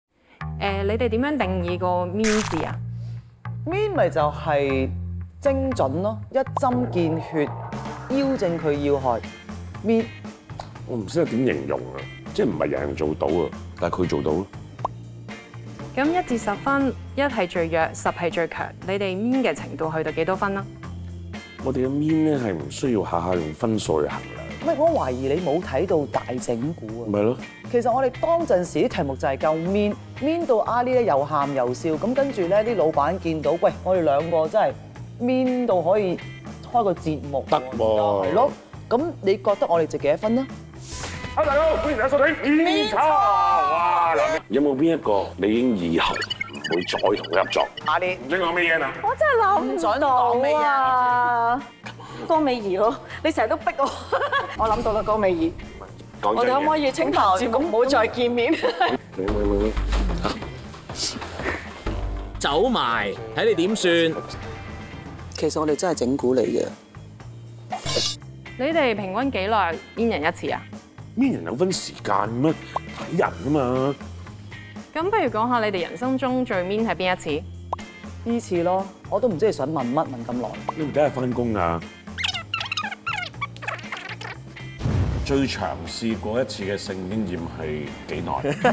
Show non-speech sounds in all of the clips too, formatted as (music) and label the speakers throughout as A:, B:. A: 誒，呃你哋點樣定義個 mean 字啊？
B: mean 咪就係精準咯，一針見血，腰正佢要害。mean
C: 我唔識得點形容啊，即係唔係人人做到啊，但係佢做到咯。
A: 咁一至十分，一係最弱，十係最強。你哋 mean 嘅程度去到幾多分啦？啊
C: 我哋嘅面咧係唔需要下下用分數去衡量，
B: 唔係我懷疑你冇睇到大整蠱啊！
C: 咪咯。
B: 其實我哋當陣時啲題目就係夠 mean，mean 到阿 Lee 咧又喊又笑，咁跟住咧啲老闆見到，喂，我哋兩個真係 mean 到可以開個節目
C: 得喎
B: 係咯。咁你覺得我哋值幾多分呢？
C: Hello，大家好，歡迎大家收睇《面茶》哇！嗱有冇邊一個你已經以後唔會再同佢合作？
B: 阿 Lee，
C: 唔識講咩嘢啊？
D: 我真係諗
B: 唔準講咩
D: 啊！ (laughs) 江美儀咯，你成日都逼我， (laughs) 我諗到啦，江美儀，
C: 講
D: 我哋
C: 真
D: 可唔可
C: 嘢。
D: 以清談節目唔好再見面？
C: 喂喂喂喂，
E: 走埋，睇你點算？
B: 其實我哋真係整蠱你嘅。
A: 你哋平均幾耐 mean 人一次啊？
C: 面人有分時間咩？睇人啊嘛。
A: 咁不如講下你哋人生中最 mean 係邊一次？
B: 呢次咯，我都唔知你想問乜問咁耐。
C: 你唔睇下翻工啊？最長試過一次嘅性經驗係幾耐？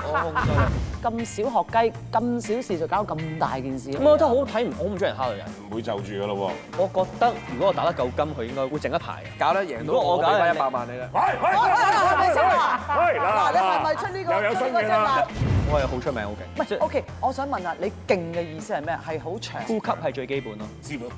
C: (laughs)
B: 咁小學雞，咁小事就搞咁大件事。
F: 咁我覺得好睇唔，我唔中意人蝦女人。
C: 唔會就住噶咯
F: 我覺得如果我打得夠金，佢應該會靜一排。搞得贏如果我搞一百萬你啦。
C: 喎。喂喂
B: 喂喂喂喂
C: 喂
B: 嗱，你係咪出呢個？
C: 又有新嘅啦？
F: 我係好出名，好勁。
B: 唔係，OK，我想問啊下，你勁嘅意思係咩？係好長。
C: 嗯
F: 呼吸係最基本咯。
C: 師傅，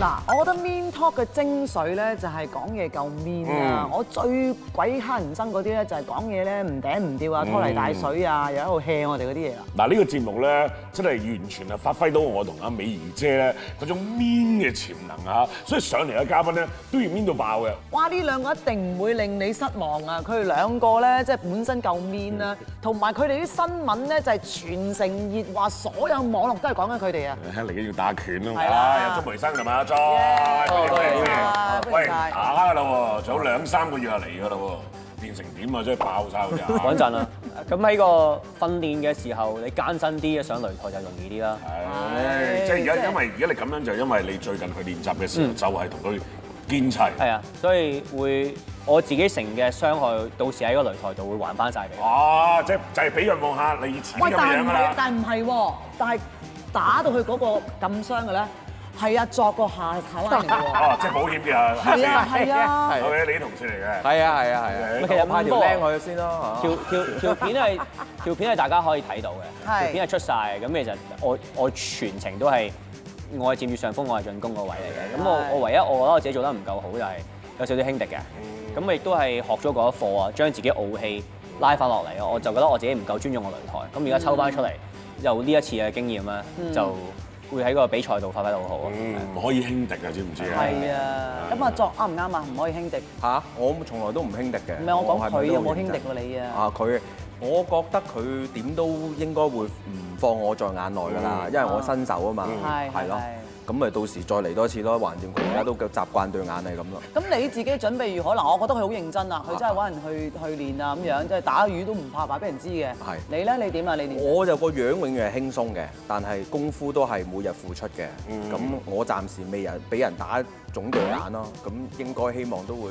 B: 嗱，我覺得 mean talk 嘅精髓咧就係講嘢夠 mean 啊！
C: 嗯
B: 我最鬼黑人憎嗰啲咧就係講嘢咧唔頂唔掉啊，
C: 嗯
B: 拖泥帶水啊，又喺度 hea 我哋嗰啲嘢啊啦。
C: 嗱呢個節目咧，真係完全係發揮到我同阿美儀姐咧嗰種 mean 嘅潛能啊！所以上嚟嘅嘉賓咧都要 mean 到爆嘅。
B: 哇！呢兩個一定唔會令你失望啊！佢哋兩個咧，即係本身夠 mean 啦，
C: 嗯
B: 同埋佢哋啲新聞咧就係全城熱話，所有網絡都係講緊佢哋啊！
C: 嚟緊要打拳啊嘛，
B: 係啦
C: 有鍾培生同埋阿莊，
B: Yeah，
C: 歡迎
B: 多謝
C: 歡
B: 晒
C: 迎
B: 多
C: 喂
B: 謝晒
C: 打啦喎，仲有兩三個月就嚟噶啦喎，變成點啊？真係爆晒嗰啲
F: 穩
C: 啊！
F: 陣啦。咁喺個訓練嘅時候，你艱辛啲嘅上擂台就容易啲啦。
C: 唉即係而家，因為而家你咁樣就因為你最近去練習嘅時候，就係同佢堅齊。
F: 係啊，所以會我自己成嘅傷害，到時喺個擂台度會還翻晒俾你。
C: 哦，即係就係俾人望下你以前咁
B: 喂，
C: 嘅
B: 但係
C: 樣
B: 唔
C: 㗎
B: 係
C: 啦，。
B: 但係唔係喎，但係打到佢嗰個咁傷嘅咧，係啊，作個下下彎嚟嘅喎。
C: (laughs) 哦，即係保險嘅啊，
B: 係啊係啊，
C: 係咪你啲同事嚟嘅？
G: 係啊係啊
C: 係
G: 係
C: 啊
G: 啊，
F: 其實
G: 我派條
F: 五個
G: 靚去先
B: 哦
G: 咯嚇
F: 條條條片
B: (laughs)
F: 係條片係大家可以睇到嘅，
B: 係
F: 條片係出晒嘅。咁其實我我全程都係我係佔住上風，我係進攻個位嚟嘅。咁
B: 係
F: 我我唯一我覺得我自己做得唔夠好就係有少少輕敵嘅。
B: 嗯
F: 咁我亦都係學咗嗰一課啊，將自己傲氣拉翻落嚟。啊我就覺得我自己唔夠尊重個擂台。咁而家抽翻出嚟，
B: 嗯
F: 有呢一次嘅經驗啦，就會喺個比賽度發揮得好好啊。
C: 嗯，唔可以輕敵啊，知唔知啊？
B: 係啊，咁啊作啱唔啱啊？唔可以輕敵。唔
G: 嚇，我從來都唔輕敵嘅。
B: 係我講
G: 係
B: 佢
G: 咪都
B: 有
G: 好
B: 冇輕
G: 認真
B: 敵過你啊？
G: 啊，佢我覺得佢點都應該會唔放我在眼內㗎啦，因為我新手啊嘛，
B: 係
G: 係咯
B: 係。
G: 咁咪到時再嚟多次咯，橫掂佢而家都夠習慣對眼係咁咯。
B: 咁你自己準備如何嗱？我覺得佢好認真啊，佢真係揾人去去練啊咁樣，即係打魚都唔怕話俾人知嘅。
G: 係
B: 你咧，你點啊？你練
G: 我就個樣永遠係輕鬆嘅，但係功夫都係每日付出嘅。咁我暫時未人俾人打腫對眼咯，咁應該希望都會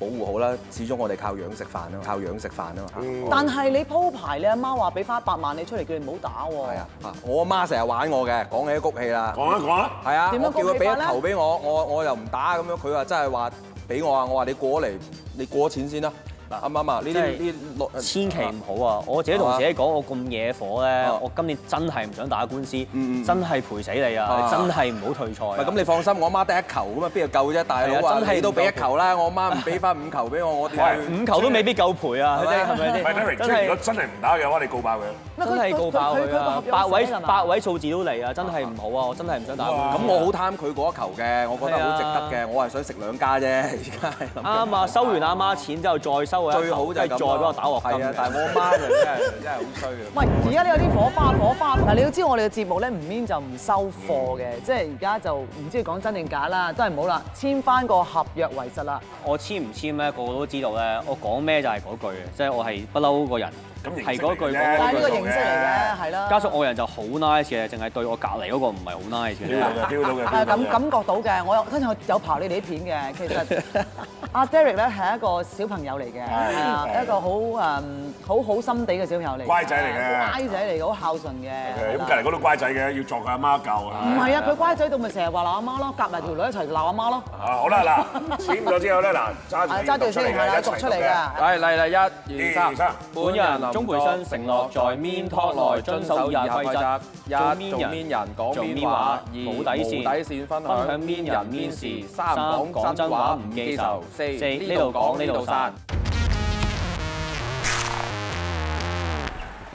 G: 保護好啦。始終我哋靠樣食飯啊嘛，靠樣食飯啊嘛。
B: 但係你鋪排，你阿媽話俾翻一百萬你出嚟，叫你唔好打喎。
G: 係啊，啊我阿媽成日玩我嘅，講起谷氣啦。
C: 講啊講啊！
G: 係啊，我
B: 點樣
G: 叫
B: 谷氣
G: 佢俾
B: 法
G: 一
B: 咧
G: 球俾我，我我又唔打咁樣，佢話真係話俾我啊，我話你過嚟，你過錢先啦。
F: 嗱
G: 啱唔啱啊？
F: 真
G: 呢啲
F: 係
G: 呢啲落
F: 千祈唔好啊！我自己同自己講，我咁野火咧
G: 啊，
F: 我今年真係唔想打官司，
G: 嗯嗯嗯
F: 真係賠死你啊！
G: 啊
F: 你真係唔好退賽
G: 唔
F: 啊。
G: 係咁，你放心，我媽得一球咁啊，邊度夠啫，大佬
F: 係啊
G: 啊，
F: 真係
G: 你都俾
F: 唔夠
G: 一球啦，我媽唔俾翻五球俾我，我點
C: 喂
G: 會
F: 五球都未必夠賠啊！
G: 係咪
F: 係咪
C: 唔係
F: 先？
C: Derek，即係如果真係唔打嘅話，你告爆佢。
F: 真係告爆佢啊！八位八位數字都嚟啊！真係唔好啊！我真係唔想打官司。
G: 咁我好貪佢嗰一球嘅，我覺得好值得嘅，我係想食兩家啫，而家係諗緊
F: 啊啱啊！收完阿媽錢之後再收佢一球
G: 最好就係
F: 跟
G: 咁
F: 住
G: 咯
F: 再俾我打鑊金
G: 係啊
F: 嘅，
G: 但係我媽就真係真係好衰啊！
B: 喂，而家呢有啲火花火花，嗯嗱你要知我哋嘅節目咧唔 mean 就唔收貨嘅，即係而家就唔知講真定假啦，都係唔好啦，簽翻個合約為實啦。
F: 我簽唔簽咧，個個都知道咧。我講咩就係嗰句嘅，即係我係不嬲個人
C: 咁形式嚟嘅
F: 係嗰句
C: 啫
F: 講
B: 但係呢
F: 嗰句
B: 個
F: 做
B: 形式嚟嘅，係啦。
F: 加上我人就好 nice 嘅，淨係對我隔離嗰個唔係好 nice
C: 屌到
F: 嘅。啊
C: 嘅，屌到嘅。
B: 係
C: 飆到嘅
B: 感啊感覺到嘅，我有跟住我有刨你哋啲片嘅。其 (laughs) 實阿 Derek 咧係一個小朋友嚟嘅，
C: 係
B: 係啊
C: 係
B: 一個好誒好好心地嘅小朋友嚟嘅，
C: 乖仔嚟嘅
B: 乖仔嚟嘅，好孝順嘅。
C: 咁隔離嗰度乖仔嘅，要作佢阿媽教啊。
B: 唔係啊，佢乖仔到咪成日話鬧阿媽咯，夾埋條女一齊鬧阿媽咯，
C: 啊，好啦，嗱，簽咗之後咧，嗱，揸住
B: 啊
C: 呢
B: 揸
C: 度
B: 條
C: 出
B: 先
C: 嚟
B: 係啦，
C: 嘅，一
B: 讀
C: 齊
B: 出
C: 讀
B: 嚟
C: 嘅。
B: 嘅。
G: 嚟嚟嚟，一
C: 二三
F: 本人鍾培生承諾在 Mean Talk 內遵守以下規則
G: 一
F: 做
G: 做
F: Mean
G: mean 人講
F: 做
G: mean
F: Mean
G: 話
F: 話，
G: 二
F: 冇底線
G: 無底線分
F: 分享
G: 享
F: mean 人 mean 事
G: 事，三講真話唔記仇，四
F: 四
G: 呢度講呢度散。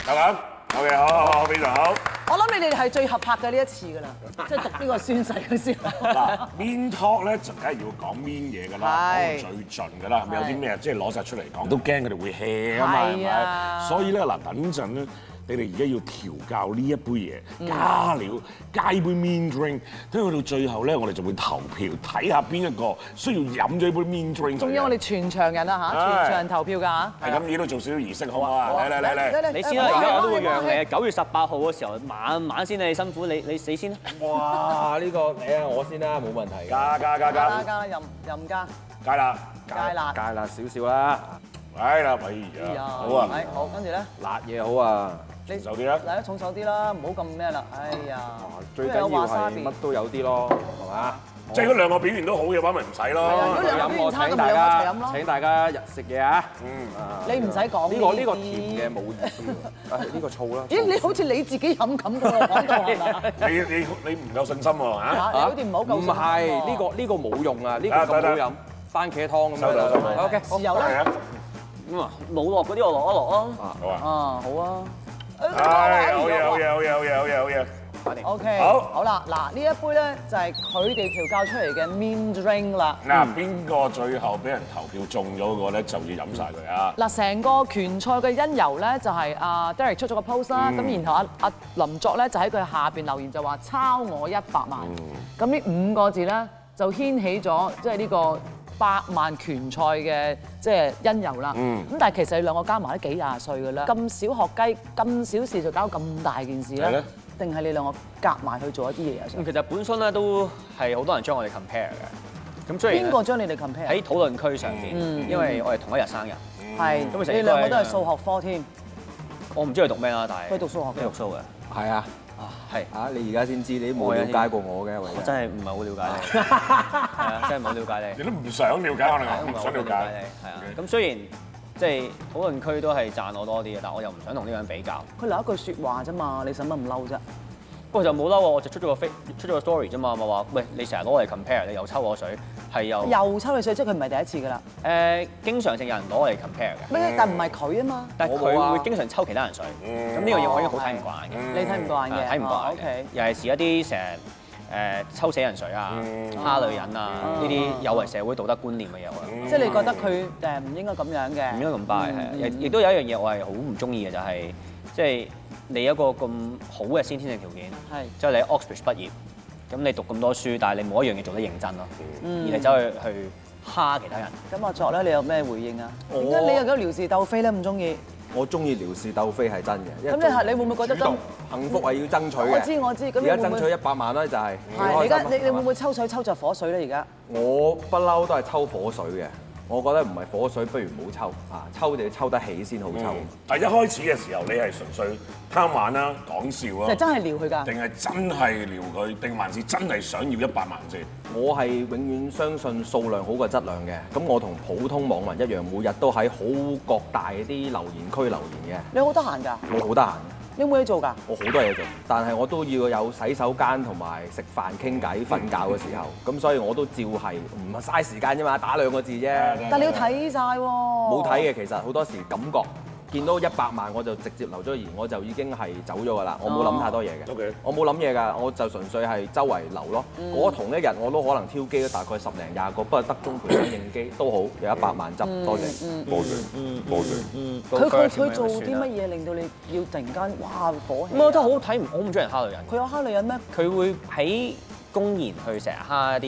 C: 得啦，OK，好好好，非常好。
B: 我諗你哋係最合拍嘅呢一次㗎啦，即係讀呢個宣誓嗰時。
C: 嗱，mean talk 咧就梗係要講 mean 嘢㗎啦，
B: 係
C: 講到最盡㗎啦，係咪有啲咩即係攞晒出嚟講，都驚佢哋會 hea 啊嘛，係
B: 係啊
C: 咪？所以咧嗱，等陣咧，你哋而家要調教呢一杯嘢，
B: 嗯
C: 加料加杯 mean drink，跟住去到最後咧，我哋就會投票睇下邊一個需要飲咗呢杯 mean drink 嘅。
B: 仲要我哋全場人啊
C: 係
B: 嚇，全場投票㗎嚇。
C: 係咁，呢度做少少儀式好唔好啊？嚟嚟嚟嚟。
F: 你先啦，而家我都會讓你。九月十八號嘅時候，晚晚先你辛苦，你你死先啦。
G: 哇！呢個嚟啊，我先啦，冇問題㗎。
C: 加加
B: 加
C: 加加，
B: 加任任加
C: 加啦！
B: 加辣。
G: 芥辣少少啦，
C: 哎啦，哎呀，好啊，
B: 哎好，跟住咧，
G: 辣嘢好啊。
B: 你
C: 手啲啦
B: 嚟得重手啲啦，唔好咁咩啦，哎呀，
G: 最緊
B: 都有
G: 要
B: wasabi
G: 係乜都有啲咯，係嘛？
C: 即係嗰兩個表現都好嘅話，咪唔使
B: 係啊如
C: 咯
B: 果。兩個
G: 飲
B: 邊
G: 我
B: 餐咁
G: 請
B: 咪
G: 大
B: 兩個一齊飲
G: 家
B: 咯
G: 請大家日食嘢啊！
B: 你唔使講
G: 呢個呢個
B: 啲
G: 甜嘅冇意思喎，唉呢個醋啦。
B: 咦，你好似你自己飲咁嘅喎，講到
G: (laughs)
B: 係嘛？
C: 你你你唔夠信心喎嚇。
B: 嚇，你好似唔好夠
G: 啊唔
B: 信心
G: 係
B: 喎
G: 呢個呢個冇用啊！呢
C: 啊
G: 個
C: 得
G: 咁
C: 得
G: 好飲，番茄湯
C: 收
G: 咁
C: 到收到
G: OK，
B: 豉油
C: 係
B: 啦，
C: 啊，
F: 咁啊，冇落嗰啲我落一落啊。
C: 好啊。
B: 啊好啊，
C: 唉，好嘢好嘢好嘢好嘢好嘢好嘢。
B: ，OK，
C: 好
B: 好啦，嗱呢一杯咧就係佢哋調教出嚟嘅 Mean Drink 啦。
C: 嗱，邊個最後俾人投票中咗嗰個咧，就要飲晒佢啊！
B: 嗱，成個拳賽嘅因由咧，就係阿 Derek 出咗個 post 啦，
C: 嗯
B: 咁、然後阿阿林作咧就喺佢下邊留言就話抄我一百萬，
C: 嗯
B: 咁呢、五個字咧就掀起咗即係呢個百萬拳賽嘅即係因由啦。咁、
C: 嗯
B: 但係其實你兩個加埋都幾廿歲㗎啦，咁小學雞咁小事就搞咁大件事
C: 係
B: 咧
C: 咧，嗯
B: 定係你兩個夾埋去做一啲嘢啊？
F: 嗯咁其實本身咧都係好多人將我哋 compare 嘅。咁雖然
B: 邊個嗯將你哋 compare？啊
F: 喺討論區上邊，因為我哋同一日生日，
B: 係
F: 咁其實
B: 你兩個
F: 應
B: 都
F: 該係
B: 係數學科添，
F: 我唔知佢讀咩啦，但係
B: 佢讀數學嘅
F: 佢讀數嘅，
G: 係啊！
F: 啊係，
G: 啊，你而家先知，你都
F: 我
G: 冇
F: 有
G: 了解過我嘅，
F: 我
G: 喂
F: 真係唔係好了 (laughs) 解你，係啊，真係唔係好了解你
C: 你，都唔想了解我哋
F: 係啊
C: 講，
F: 唔
C: 唔
F: 係好
C: 想了
F: 了解
C: 解。
F: 你，係啊，咁雖然即係討論區都係讚我多啲嘅，但我又唔想同呢個人比較，
B: 佢留一句説話啫嘛，你使乜唔嬲啫？
F: 不過就冇嬲喎，我就出咗個 f 出咗個 story 啫嘛，咪話喂你成日攞我嚟 compare，你又抽我水，係又
B: 又抽你水，即係佢唔係第一次㗎啦。
F: 誒經常性有人攞我嚟 compare 嘅，
B: 咩？但唔係佢啊嘛，
F: 但係
G: 我冇啊嗯哦
F: 佢會經常抽其他人水，咁呢樣嘢我已經好睇唔慣嘅。啊
B: 你睇唔慣嘅，
F: 睇唔
B: 哦
F: 慣嘅
B: OK，
F: 尤其是一啲成日誒抽死人水啊、
G: 嗯
F: 蝦女人啊呢
B: 嗯
F: 啲有違社會道德觀念嘅嘢，我覺
G: 嗯
F: 得
B: 即係你覺得佢誒唔應該咁樣嘅，
F: 唔應該咁 buy
B: 嗯
F: 係啊。亦亦都有一樣嘢我係好唔中意嘅，就係即係你有一個咁好嘅先天性條件，
B: 係
F: 即係你喺 Oxford 畢業，咁你讀咁多書，但係你冇一樣嘢做得認真咯，而你走去去蝦其他人，
B: 咁阿作咧，你有咩回應啊？點解你又咁撩事鬥非咧？唔中意？
G: 我中意聊是鬥非係真嘅。因為
B: 咁你係你會唔會覺得
G: 主動幸福係要爭取嘅？
B: 我知我知咁
G: 而
B: 你會
G: 家
B: 唔會
G: 爭取一百萬啦，就係。
B: 係你而家你你會唔
G: 會？
B: 會抽水抽着火水咧？而家
G: 我不嬲都係抽火水嘅。我覺得唔係火水，不如唔好抽啊！抽就要抽得起先好抽。
C: 但一開始嘅時候，你係純粹貪玩啦、講笑
B: 就
C: 啦，
B: 真係撩佢㗎。
C: 定係真係撩佢，定還是真係想要一百萬先？
G: 我係永遠相信數量好過質量嘅，咁我同普通網民一樣，每日都喺好各大啲留言區留言
B: 你好得閒㗎，
G: 嘅。我好得閒嘅，
B: 你有冇嘢做㗎？
G: 我好多嘢做，但係我都要有洗手間同埋食飯傾偈、瞓覺嘅時候，咁所以我都照係唔係嘥時間啫嘛，打兩個字啫。
B: 但你要睇晒喎。冇
G: 冇睇嘅，其實好多時感覺見到一百萬我就直接留咗言，我就已經係走咗㗎啦，我冇諗太多嘢嘅。
C: OK
G: 我冇諗嘢㗎，我就純粹係周圍流咯。我同一日我都可能挑機大概十零廿個，不過得中培生應機都好，有一百萬執，多謝。
C: 多謝，多謝。
B: 佢佢佢做啲乜嘢啊令到你要突然間哇火氣？
F: 咁我覺得好睇唔好唔中意人蝦女人。
B: 佢有蝦女人咩？
F: 佢會喺公然去成日蝦啲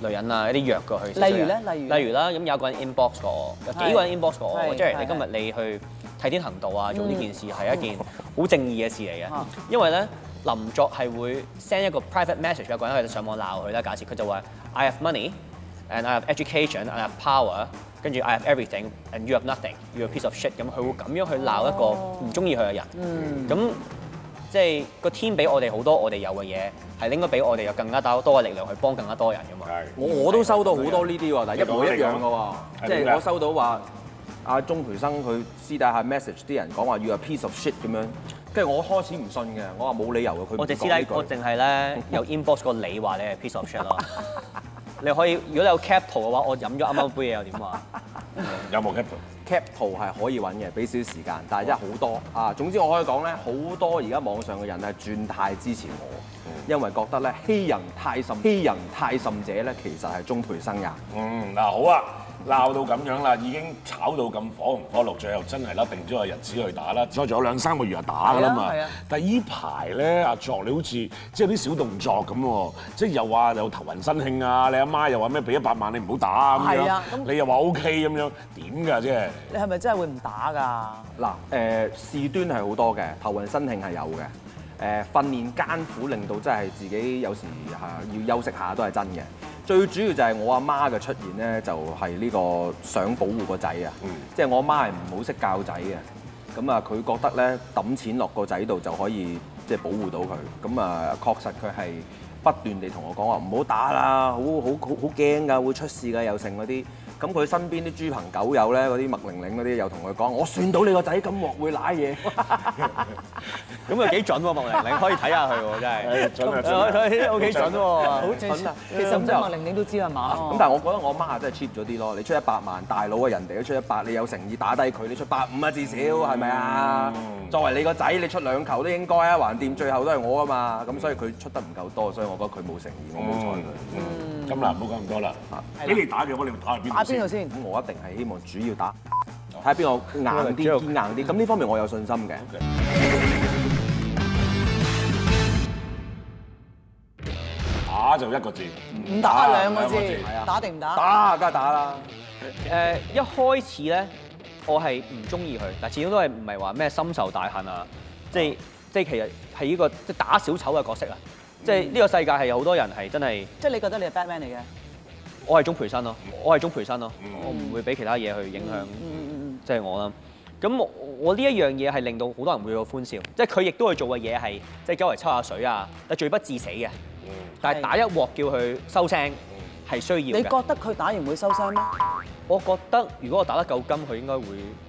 F: 女人啊，一啲弱過佢。
B: 例如咧例如
F: 例如啦，咁有個人 inbox 過我，有幾個人 inbox 過
B: 係
F: 我，
B: 係
F: 即係你
B: 係嗯
F: 今日你去睇天行道啊，做呢件事係一件好正義嘅事嚟嘅
B: 啊，
F: 因為咧。林作係會 send 一個 private message 俾一個人，佢就上網鬧佢啦。假設佢就話：I have money and I have education and I have power，跟住 I have everything and you have nothing, you are a piece of shit。咁佢會咁樣去鬧一
B: 哦
F: 個唔中意佢嘅
B: 嗯
F: 人。咁、即係個天俾我哋好多我哋有嘅嘢，係應該俾我哋有更加多多嘅力量去幫更加多人噶嘛。
C: 係
G: 我我都收到好多呢啲喎，但係一模一樣㗎喎，
C: 你講
G: 即
C: 你講
G: 係我收到話阿鍾培生佢私底下 message 啲人講話要 a piece of shit 咁樣，跟住我開始唔信嘅，我話冇理由嘅，佢
F: 我
G: 唔
F: 哋師
G: 講呢
F: 弟，
G: 句
F: 我。淨係
G: (laughs)
F: 咧有 inbox 過你話你係 piece of shit 咯。你可以，如果你有 cap 圖嘅話，我飲咗啱啱杯嘢又點啊
G: (laughs)
F: 話？
C: 有冇 cap？
G: cap 圖係可以揾嘅，俾少少時間，
F: 嗯
G: 但係真係好多啊！總之我可以講咧，好多而家網上嘅人係轉態支持我，因為覺得咧欺人太甚，欺人太甚者咧其實係鍾培生也。
C: 嗯，嗱好啊，鬧到咁樣啦，已經炒到咁火紅火綠，最後真係啦，定咗個日子去打啦，所以啊仲有兩三個月就打㗎啦嘛
B: 係啊係啊。
C: 但係依排咧，阿作你好似即係有啲小動作咁喎，即係又話又頭暈身慶啊，你阿媽又話咩俾一百萬你唔好打咁
B: 係
C: 樣
B: 啊咁，
C: 你又話 OK 咁樣，點㗎即係？
B: 你係咪真係會唔打㗎？
G: 嗱，誒、事端係好多嘅，頭暈身慶係有嘅。誒、訓練艱苦令到真係自己有時係要休息下都係真嘅。最主要就係我阿媽嘅出現咧，就係、呢個想保護個仔啊，即係我阿媽係唔好識教仔嘅。咁啊，佢覺得咧抌錢落個仔度就可以即係保護到佢。咁啊，確實佢係不斷地同我講話唔好打啦，好好好好驚㗎，會出事㗎，又剩嗰啲。咁佢身邊啲豬朋狗友咧，嗰啲麥玲玲嗰啲又同佢講：我算到你個仔咁鑊會舐嘢。
F: (laughs) 咁啊幾準喎，麥玲玲可以睇下佢喎，真係。
C: 準啊準
B: 哎
C: 啊啊！
F: O K 準喎。
B: 好準啊！其實唔使問玲玲都知係嘛？哦
G: 咁但係我覺得我媽真係 cheap 咗啲咯，你出一百萬，大佬啊人哋都出一百，你有誠意打低佢，你出百五啊至少係咪啊？作為你個仔，你出兩球都應該啊，橫掂最後都係我啊嘛。咁所以佢出得唔夠多，所以我覺得佢冇誠意，我冇睬佢。
C: 嗯咁嗱，唔好講咁多啦。俾你打嘅話，你打去邊度
B: 打邊度先？
G: 咁我一定係希望主要打，睇下邊個硬啲、堅硬啲。咁呢方面我有信心嘅。
C: 打就一個字，
B: 唔打兩個字
C: 係啊，
B: 打定唔打？
G: 打梗係打啦。
F: 誒一開始咧，我係唔中意佢，但始終都係唔係話咩深仇大恨啊，即
G: 哦
F: 係即係其實係呢個即係打小丑嘅角色啊，即係呢個世界係有好多人係真係
B: 即係你覺得你係 Batman 嚟嘅？
F: 我係鍾培生咯，
C: 嗯
F: 我係鍾培生咯，我唔會俾其他嘢去影響，
C: 嗯
F: 即係我啦。咁我我呢一樣嘢係令到好多人會有歡笑，即係佢亦都去做嘅嘢係即係周圍抽下水啊，但罪不至死嘅。
C: 嗯
F: 但係打一鑊叫佢收聲係需要
B: 你覺
F: 嘅。
B: 得佢打完會收聲咩？
C: (laughs)
F: 我覺得如果我打得夠金，佢應該會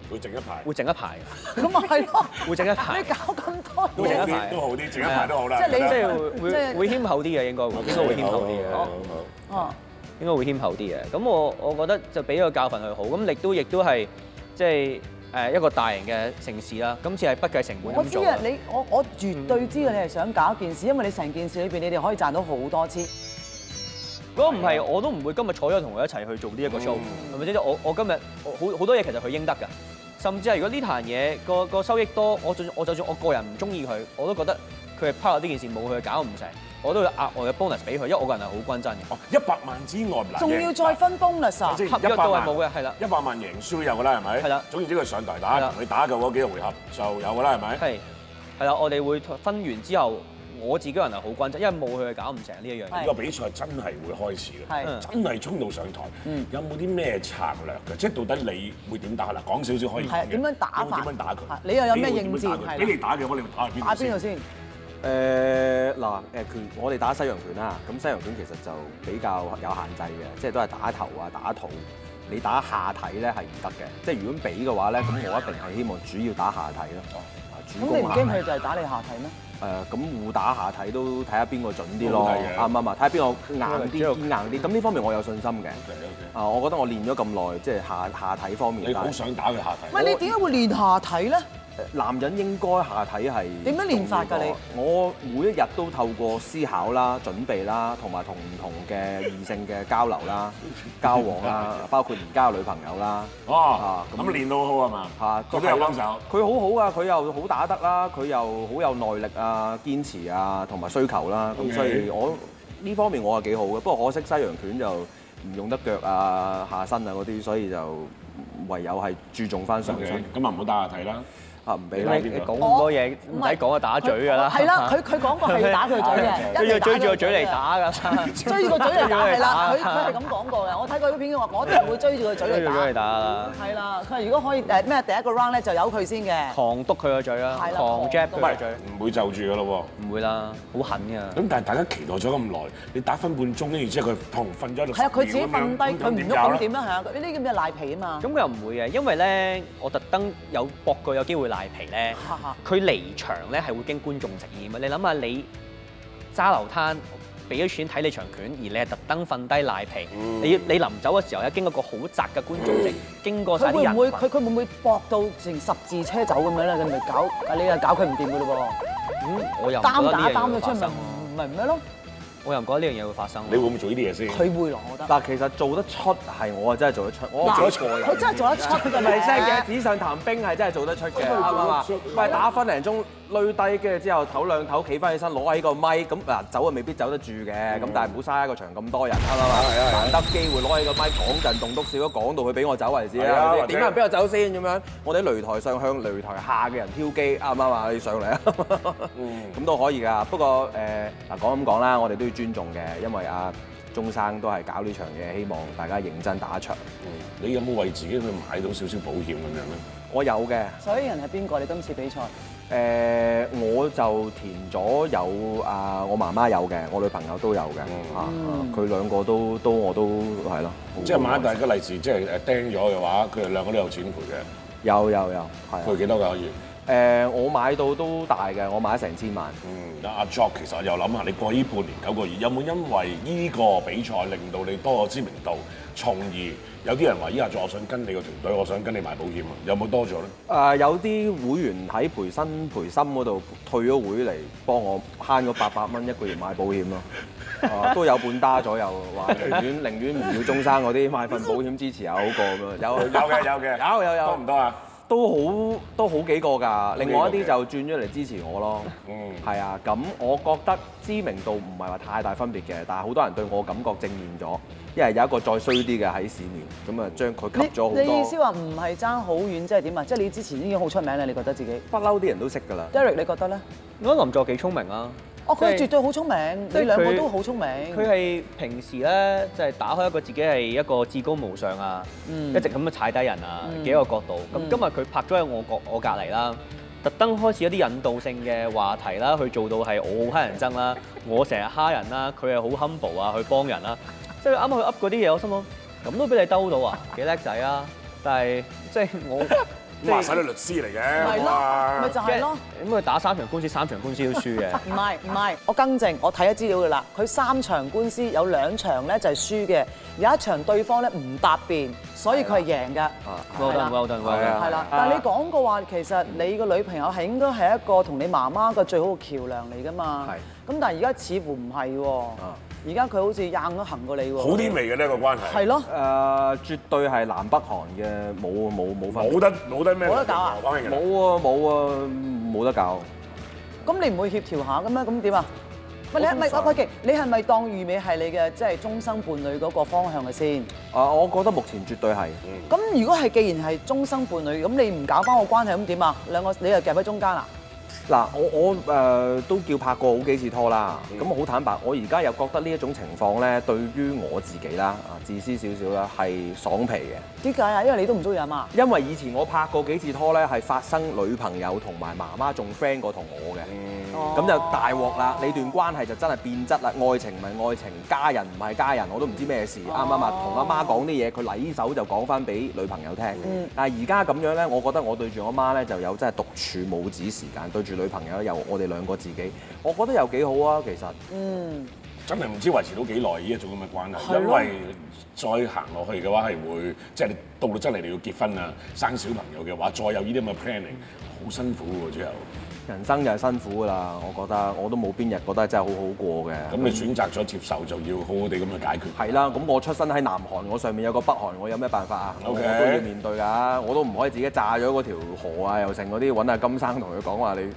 C: 會整一排，
F: 會整一排，
B: 咁咪係咯，
F: 會整一排
B: 你。搞咁多
C: 都好
B: 嘢，
C: 啲，都好啲， (laughs) 整一排都好啦。
B: 即係你
F: (laughs)
C: 覺
F: 即
C: 得
F: 係會
B: 即係
F: 會謙厚啲嘅，應該會應該會謙厚啲嘅，
B: 哦，
F: 應該會謙厚啲嘅。咁我我覺得就俾咗個教訓佢好，咁亦都亦都係即係誒一個大型嘅城市啦。今次係不計成本
B: 我
F: 咁
B: 知
F: 做
B: 啊
F: 啦，，
B: 你我我絕對知道你係想搞一件事，因為你成件事裏邊你哋可以賺到好多錢。
F: 如果唔係我都唔會今日坐咗同佢一齊去做呢一個
B: 嗯
F: show，係咪先？即係我我今日我好好多嘢其實佢應得㗎，甚至係如果呢壇嘢個個收益多，我就我就算我個人唔中意佢，我都覺得佢係拋落呢件事冇佢搞唔成，我都要額外嘅 bonus 俾佢，因為我個人係好均真嘅。
C: 哦，一百萬之外嗱，
B: 仲要再分 bonus 啊！
F: 合約都係冇嘅係啦
C: 一百萬贏輸有㗎啦，係咪？
F: 係啦
C: 總言之，佢上台
F: 係
C: 打，
F: 啦
C: 同佢打嘅嗰幾個回合就有㗎啦，係咪？
F: 係係啦，我哋會分完之後，我自己個人係好均質，因為冇佢係搞唔成呢一樣嘢
B: 係。
C: 呢個比賽真係會開始
B: 係
C: 嘅，真係衝到上台。
B: 嗯
C: 有冇啲咩策略嘅？即係到底你會點打啦？講少少可以講
B: 係啊
C: 嘅。
B: 點樣打法
C: 你會點樣打佢
B: 係？你又有咩
C: 會
B: 應戰
C: 點樣打
B: 係
C: 佢
B: 啦
C: 俾你打嘅話，你會打去邊
B: 打邊度？先？
G: 誒呃嗱誒拳，我哋打西洋拳啦，咁西洋拳其實就比較有限制嘅，即係都係打頭啊、打肚。你打下體咧係唔得嘅，即係如果比嘅話咧，咁我一定係希望主要打下體咯，啊主
B: 咁你
G: 攻
B: 唔
G: 下
B: 驚佢
G: 體。
B: 就係打你下體咩？
G: 誒咁互打下體都睇下邊個準啲咯，
C: 好睇嘅
G: 啱唔啱啊？睇下邊個硬啲、堅硬啲。咁呢方面我有信心嘅。啊，我覺得我練咗咁耐，即係下下體方面。
C: 你好
G: 但係
C: 想打佢下體
B: 唔。係你點解會練下體咧？
G: 呃男人應該下體係
B: 點樣練法㗎你
G: 重要過我每一日都透過思考啦、準備啦，同埋同唔同嘅異性嘅交流啦、
B: (laughs)
G: 交往啦，包括而家嘅女朋友啦。
C: 哦，
G: 啊
C: 咁練到好係嘛？
G: 嚇，
C: 佢都有幫手。
G: 佢好好啊，佢又好打得啦，佢又好有耐力啊、堅持啊，同埋需求啦。咁
C: OK
G: 所以我呢方面我係幾好嘅，不過可惜西洋拳就唔用得腳啊、下身啊嗰啲，所以就唯有係注重翻上
C: OK，
G: 身
C: 咁啊唔好打下體啦。
G: 啊，唔俾
F: 你
G: 啦。
F: 你講咁多嘢，唔使講啊，打嘴㗎啦。
B: 係啦，佢佢講過
F: (laughs)
B: 係打佢嘴嘅，
F: 佢
B: 一定
F: 要
B: 打
F: 追住
B: 佢
F: 個嘴嚟。打
B: (laughs)
F: 㗎。
B: 追住個嘴嚟
F: (laughs)
B: 打係啦，佢
F: 追住佢嚟打
B: 佢係咁講過嘅。我睇過啲片嘅話，我一定會追住個嘴嚟
F: 追住
B: 打
F: 佢嚟。打啦，
B: 係啦，佢話如果可以誒咩第一個 round 咧就由佢先嘅。
F: 狂篤佢個嘴啦
B: 係，啦
F: 狂 jab 佢
C: 唔
F: 個
C: 係
F: 嘴，
C: 唔會就住㗎咯
F: 唔會啦，好狠㗎
C: 喎。。咁但係大家期待咗咁耐，你打分半鐘，跟住之後佢砰瞓咗喺度。
B: 係啊，佢自己瞓低，佢唔喐咁
C: 搞咧
B: 點？樣係啊？呢啲叫咩賴皮啊嘛？
F: 咁佢又唔會嘅，因為咧，我特登有搏過有機會賴皮咧
B: 哈哈，
F: 佢離場咧係會經觀眾席而你諗下你揸流攤。俾咗錢睇你場拳，而你係特登瞓低賴皮，
B: 嗯
F: 你你臨走嘅時候咧，經過個好窄嘅觀眾席，經過晒
B: 佢
F: 啲
B: 會
F: 人
B: 唔會
F: 群
B: 佢佢會唔會搏到成十字車走咁樣咧？佢咪搞啊你又搞佢唔掂嘅咯
F: 咁我又
B: 噃，
F: 唔覺
B: 擔
F: 得呢
B: 打
F: 樣嘢
B: 擔
F: 會
B: 咗出啊
F: 發
B: 咪
F: 生
B: 唔
F: 喎，
B: 咪唔咩咯？
F: 我又唔覺得呢樣嘢會發生喎。
C: 你會唔會做呢啲嘢先？
B: 佢會咯，我覺得。
G: 但其實做得出係我啊，真係做得出，我
B: 嗱
G: 做得
B: 佢真係做得出㗎
G: 唔係真係 (laughs) 嘅，紙上談兵係真係做得出嘅，啱唔啱啊？唔係打分零鐘攣低，跟住之後唞兩唞，企翻起身攞起個咪，咁嗱走啊未必走得住嘅，咁但係唔好嘥一個場咁多人，啱唔啱啊？難得機會攞起個咪講陣棟篤笑，講到佢俾我走為止
C: 係啊
G: 啦
C: 或，者
G: 點解唔俾我走先咁樣？我哋喺擂台上向擂台下嘅人挑機，啱唔啱啊？你上嚟啊！ (laughs) 咁都可以㗎，不過誒嗱講咁講啦，我哋都要尊重嘅，因為阿鐘生都係搞呢場嘢，希望大家認真打一場。
C: 你有冇為自己去買到少少保險咁樣咧？
G: 我有嘅。
B: 所以人係邊個？你今次比賽
G: 誒、呃我就填咗有啊，我媽媽有嘅，我女朋友都有嘅，啊佢、兩個都都我都係咯，
C: 嗯
G: 啊
C: 即係買大家利是，即係誒呃釘咗嘅話，佢哋兩個都有錢賠嘅，
G: 有有有係啊
C: 賠幾多㗎可以？
G: 誒、我買到都大嘅，我買咗成千萬。
C: 嗯，嗱阿 Jock 其實又諗下，你過呢半年九個月，有冇因為呢個比賽令到你多咗知名度，從而有啲人話依家 Jock，我想跟你個團隊，我想跟你買保險啊，有冇多咗咧？
G: 誒、有啲會員喺培新培心嗰度退咗會嚟幫我慳咗八百蚊一個月買保
C: (laughs)
G: 險咯。啊都有半打左右，話寧願寧願唔要中山嗰啲買份保險支持下好過咁樣。有啊
C: 有嘅有
B: (laughs)
C: 嘅，
G: 有有有
C: 多唔多啊？
G: 都好都好幾個㗎，另外一啲
C: 好
G: 就轉咗嚟支持我咯。
C: 嗯
G: 係啊，咁我覺得知名度唔係話太大分別嘅，但係好多人對我感覺正面咗，因為有一個再衰啲嘅喺市面，咁啊將佢
B: 你
G: 吸咗好
B: 你意思
G: 多。
B: 話唔係爭好遠，即係點啊？即係你之前已經好出名啦，你覺得自己
G: 不嬲啲人都識㗎啦。
B: Derek 你覺得咧？
F: 我覺得林作幾聰明啊！
B: 哦，佢
F: 即係
B: 絕對好聰明，
F: 即係
B: 你兩個
F: 佢
B: 都好聰明。
F: 佢係平時咧，就係、打開一個自己係一個至高無上啊，
B: 嗯
F: 一直咁樣踩低人啊，幾個角度。咁、今日佢拍咗喺我角我隔離啦，特登開始一啲引導性嘅話題啦，去做到係我好乞人憎啦，我成日蝦人啦，佢係好 humble 啊，去幫人啦。即係啱啱佢噏嗰啲嘢，我心諗咁都俾你兜到
B: (laughs)
F: 啊，幾叻仔啊！但係即係我
C: 咁
F: 即
C: 話使
F: 係
C: 你律師嚟嘅，
B: 咪咯，咪就係咯。
F: 咁佢打三場官司，三場官司都輸嘅。
B: (laughs) 唔係唔係，我更正，我睇咗資料㗎啦。佢三場官司有兩場咧就係輸嘅，有一場對方咧唔答辯，所以佢係贏
G: 啊
B: 㗎。
F: well
B: 係啦
F: done well done well
G: 係
F: done
G: 啊
B: 係啦，但係你講過話，其實你個女朋友係應該係一個同你媽媽嘅最好嘅橋梁嚟㗎嘛。
G: 係
B: 咁但係而家似乎唔係喎
G: 啊，
B: 而家佢好似硬咗行過你喎。
C: 好啲味嘅呢個關係，
B: 係咯
G: 誒、，絕對係南北韓嘅冇冇冇分別
C: 冇得冇得咩？
B: 冇得搞啊
C: 講起
G: 冇
C: 嚟
G: 啊冇啊冇得搞。
B: 咁你唔會協調下嘅咩？咁點啊？喂，你係咪
G: 我通
B: 喂
G: 常
B: 喂你係咪當預美係你嘅即係終生伴侶嗰個方向嘅先？
G: 啊，我覺得目前絕對係。
B: 咁如果係既然係終生伴侶，咁你唔搞翻個關係，咁點啊？兩個你又夾喺中間啊？
G: 嗱，我我誒、呃都叫拍過好幾次拖啦。咁好、坦白，我而家又覺得呢一種情況咧，對於我自己啦，啊自私少少啦，係爽皮嘅。
B: 點解啊？因為你都唔中意阿媽。
G: 因為以前我拍過幾次拖咧，係發生女朋友同埋媽媽仲 friend 過同我嘅，咁、就大鑊啦！你段關係就真係變質啦，愛情唔係愛情，家人唔係家人，我都唔知咩事，啱唔啱啊？同阿媽講啲嘢，佢禮手就講翻俾女朋友聽。但係而家咁樣咧，我覺得我對住我媽咧就有真係獨處母子時間，對住女朋友有我哋兩個自己，我覺得又幾好啊，其實。
C: 真係唔知維持到幾耐呢一種咁嘅關係，因為再行落去嘅話係會，即係你到到真係你要結婚啊、生小朋友嘅話，再有呢啲咁嘅 planning，好辛苦喎最後。
G: 人生就係辛苦㗎啦，我覺得我都冇邊日覺得真係好好過嘅。
C: 咁你
B: 嗯
C: 選擇咗接受，就要好好地咁去解決。
G: 係啦，咁我出身喺南韓，我上面有個北韓，我有咩辦法啊
C: OK
G: 我都要面對㗎，我都唔可以自己炸咗嗰條河啊，又剩嗰啲揾阿金生同佢講話你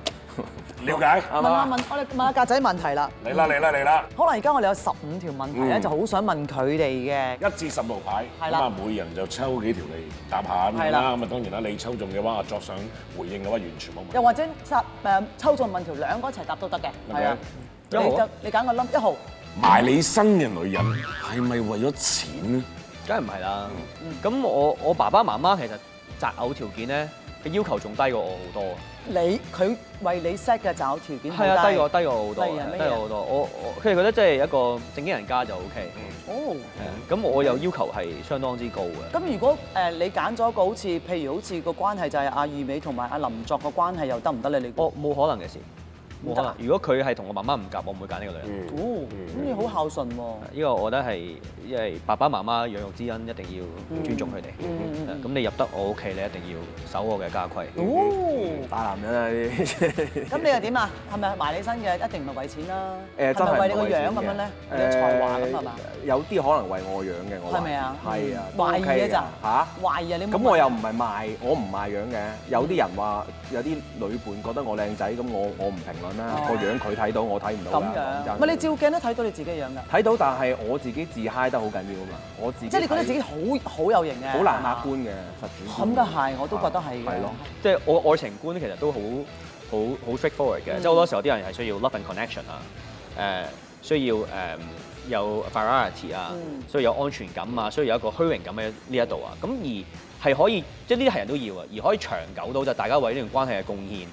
C: 了解，
G: 啱
B: 問
G: 唔啱
B: 下
G: 啊？
B: 問，我哋問下格仔問題啦。
C: 嚟啦嚟啦嚟啦，
B: 可能而家我哋有十五條問題咧，
C: 嗯
B: 就好想問佢哋嘅。
C: 一至十路牌，
B: 係
C: 咁
B: 啦
C: 啊每人就抽幾條嚟答下咁樣
B: 係
C: 啦。
B: 啦
C: 咁啊當然啦，你抽中嘅話，阿作想回應嘅話，完全冇問題。
B: 又或者答誒抽中問條兩個一齊答都得嘅。
C: OK
B: 係啊，
C: 一號
B: 你
C: 啊
B: 就你揀個 number 一號。
C: 埋你身嘅女人係咪為咗錢咧？
F: 梗係唔係啦？
B: 嗯
F: 咁我我爸爸媽媽其實擇偶條件咧，佢要求仲低過我好多。
B: 你佢為你 set 嘅找條件好
F: 係啊，低過低過我好多，
B: 例如係咩嘢
F: 低過我好多。我我佢哋覺得即係一個正經人家就 O K。
B: 哦，
F: 咁我又要求係相當之高嘅。
B: 咁如果誒你揀咗一個好似譬如好似個關係就係阿裕美同埋阿林作個關係又得唔得咧？你
F: 我冇可能嘅事，冇
B: 唔
F: 可能
B: 得啊。
F: 如果佢係同我媽媽唔夾，我唔會揀呢個女人。
B: 哦，咁你好孝順喎。
F: 呢個我覺得係因為爸爸媽媽養育之恩，一定
B: 嗯
F: 要尊重佢哋。咁你入得我屋企，你一定要守我嘅家規。
B: 哦，
G: 大男人啊 (laughs) 呢啲，
B: 咁你又點啊？係咪埋你身嘅一定唔係為錢啦？
G: 誒真
B: 係咪
G: 係
B: 為
G: 唔
B: 你
G: 係
B: 個樣咁
G: 錢嘅
B: 樣咧？你嘅才華咁係嘛？
G: 誒有啲可能為我樣嘅，我懷疑
B: 係咪啊？
G: 係啊，都
B: 懷
G: OK
B: 疑嘅咋？
G: 嚇。
B: 懷疑啊！你冇
G: 咁我又
B: 懷疑
G: 唔係賣，我唔賣樣嘅。有啲人話，有啲女伴覺得我靚仔，咁我我唔評論啦。個樣佢睇到，我睇唔到
B: 哦咁
G: 啦
B: 樣，
G: 講真
B: 唔係你照鏡都睇到你自己嘅樣㗎。
G: 睇到，但係我自己自嗨得好緊要啊嘛。我自己
B: 即係你覺得自己
G: 睇
B: 好好有型嘅，
G: 好難客觀嘅，實主
B: 咁嘅係，我都覺得係嘅。
G: 係咯。
F: 即係我愛情觀其實都好好好 straightforward 嘅，即係好多時候啲人係需要 love and connection 啊，誒、需要誒、有 variety 啊，需要有安全感啊，需要有一個虛榮感喺呢一度啊，咁而係可以即係呢啲係人都要啊，而可以長久到就大家為呢段關係嘅貢獻，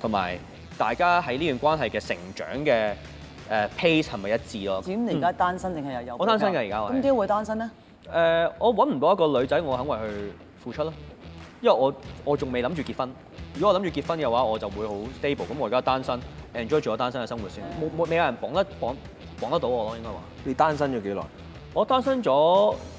F: 同埋大家喺呢段關係嘅成長嘅誒、pace 係咪一致咯？
B: 點你而家單身定係又有？
F: 我單身㗎而家我係
B: 咁點解會單身咧？
F: 誒、呃我揾唔到一個女仔，我肯為佢付出咯。因為我我仲未諗住結婚。如果我諗住結婚嘅話，我就會好 stable。咁我而家單身，enjoy 住我單身嘅生活先。冇冇未有人綁得綁綁得到我咯，應該話。
G: 你單身咗幾耐？
F: 我單身咗，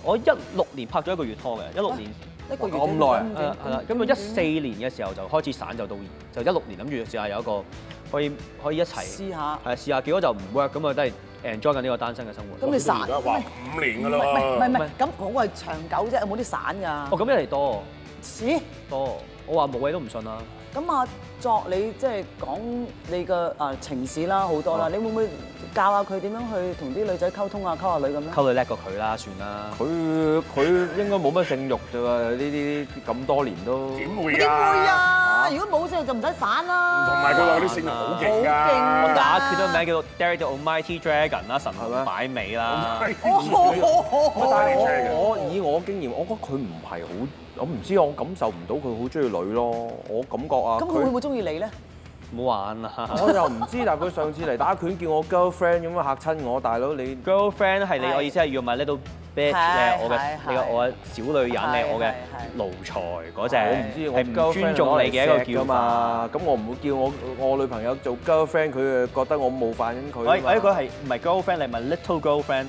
F: 我一六年拍咗一個月拖嘅，一六年
B: 一個月
G: 咁耐啊
B: 點
F: 誒係啦。咁我一四年嘅時候就開始散，就到就一六年諗住試下有一個可以可以一齊
B: 試下。
F: 係試下，結果就唔 work，咁啊都係 enjoy 緊呢個單身嘅生活。
B: 咁你散？
C: 而家
B: 唔
C: 哇
B: 係
C: 五年㗎
B: 唔係唔係唔
C: 啦，
B: 係，咁我係長久啫，有冇啲散
F: 哦，
B: 㗎？
F: 咁一嚟多
B: 咦？
F: 多，我話冇嘢都唔信啦。
B: 咁啊，作你即係講你嘅誒情史啦，好多啦，你會唔會教下佢點樣去同啲女仔溝通啊、溝下女咁咧？
F: 溝女叻過佢啦，算啦。
G: 佢佢應該冇乜性慾啫喎，呢啲咁多年都
C: 點會
B: 點會
C: 啊？
B: 啊？如果冇啫就唔使散啦。
C: 同埋佢話嗰啲性能好勁㗎，
B: 好勁㗎
F: 打佢個名叫做 Derek the Almighty Dragon 啦，神龍擺尾啦。
G: 我
C: 帶你車嘅
G: 我我以我經驗，我覺得佢唔係好，我唔知我感受唔到佢好中意女咯，我感覺啊。
B: 咁佢會唔會中意你咧？
F: 唔好玩啊啦
G: 我又唔知，但係佢上次嚟打拳叫我 girlfriend 咁樣嚇親我，大佬
B: (laughs)
G: 你
F: ！Girlfriend 係你，
B: 係
F: 我意思係要咪 little bitch 你
B: 係
F: 係我嘅
B: 係
F: 你係我嘅小女人，你係我嘅
B: 係係
F: 奴才嗰只，
G: 我唔知我
F: 係唔
G: girlfriend
F: 尊重你嘅一個
G: 攞嚟錫㗎
F: 叫法。
G: 嘛，咁我唔會叫我我女朋友做 girlfriend，佢誒覺得我冒犯緊佢
F: 或
G: 啊
F: 者
G: 嘛。
F: 或者佢係唔係 girlfriend，你係咪 little girlfriend？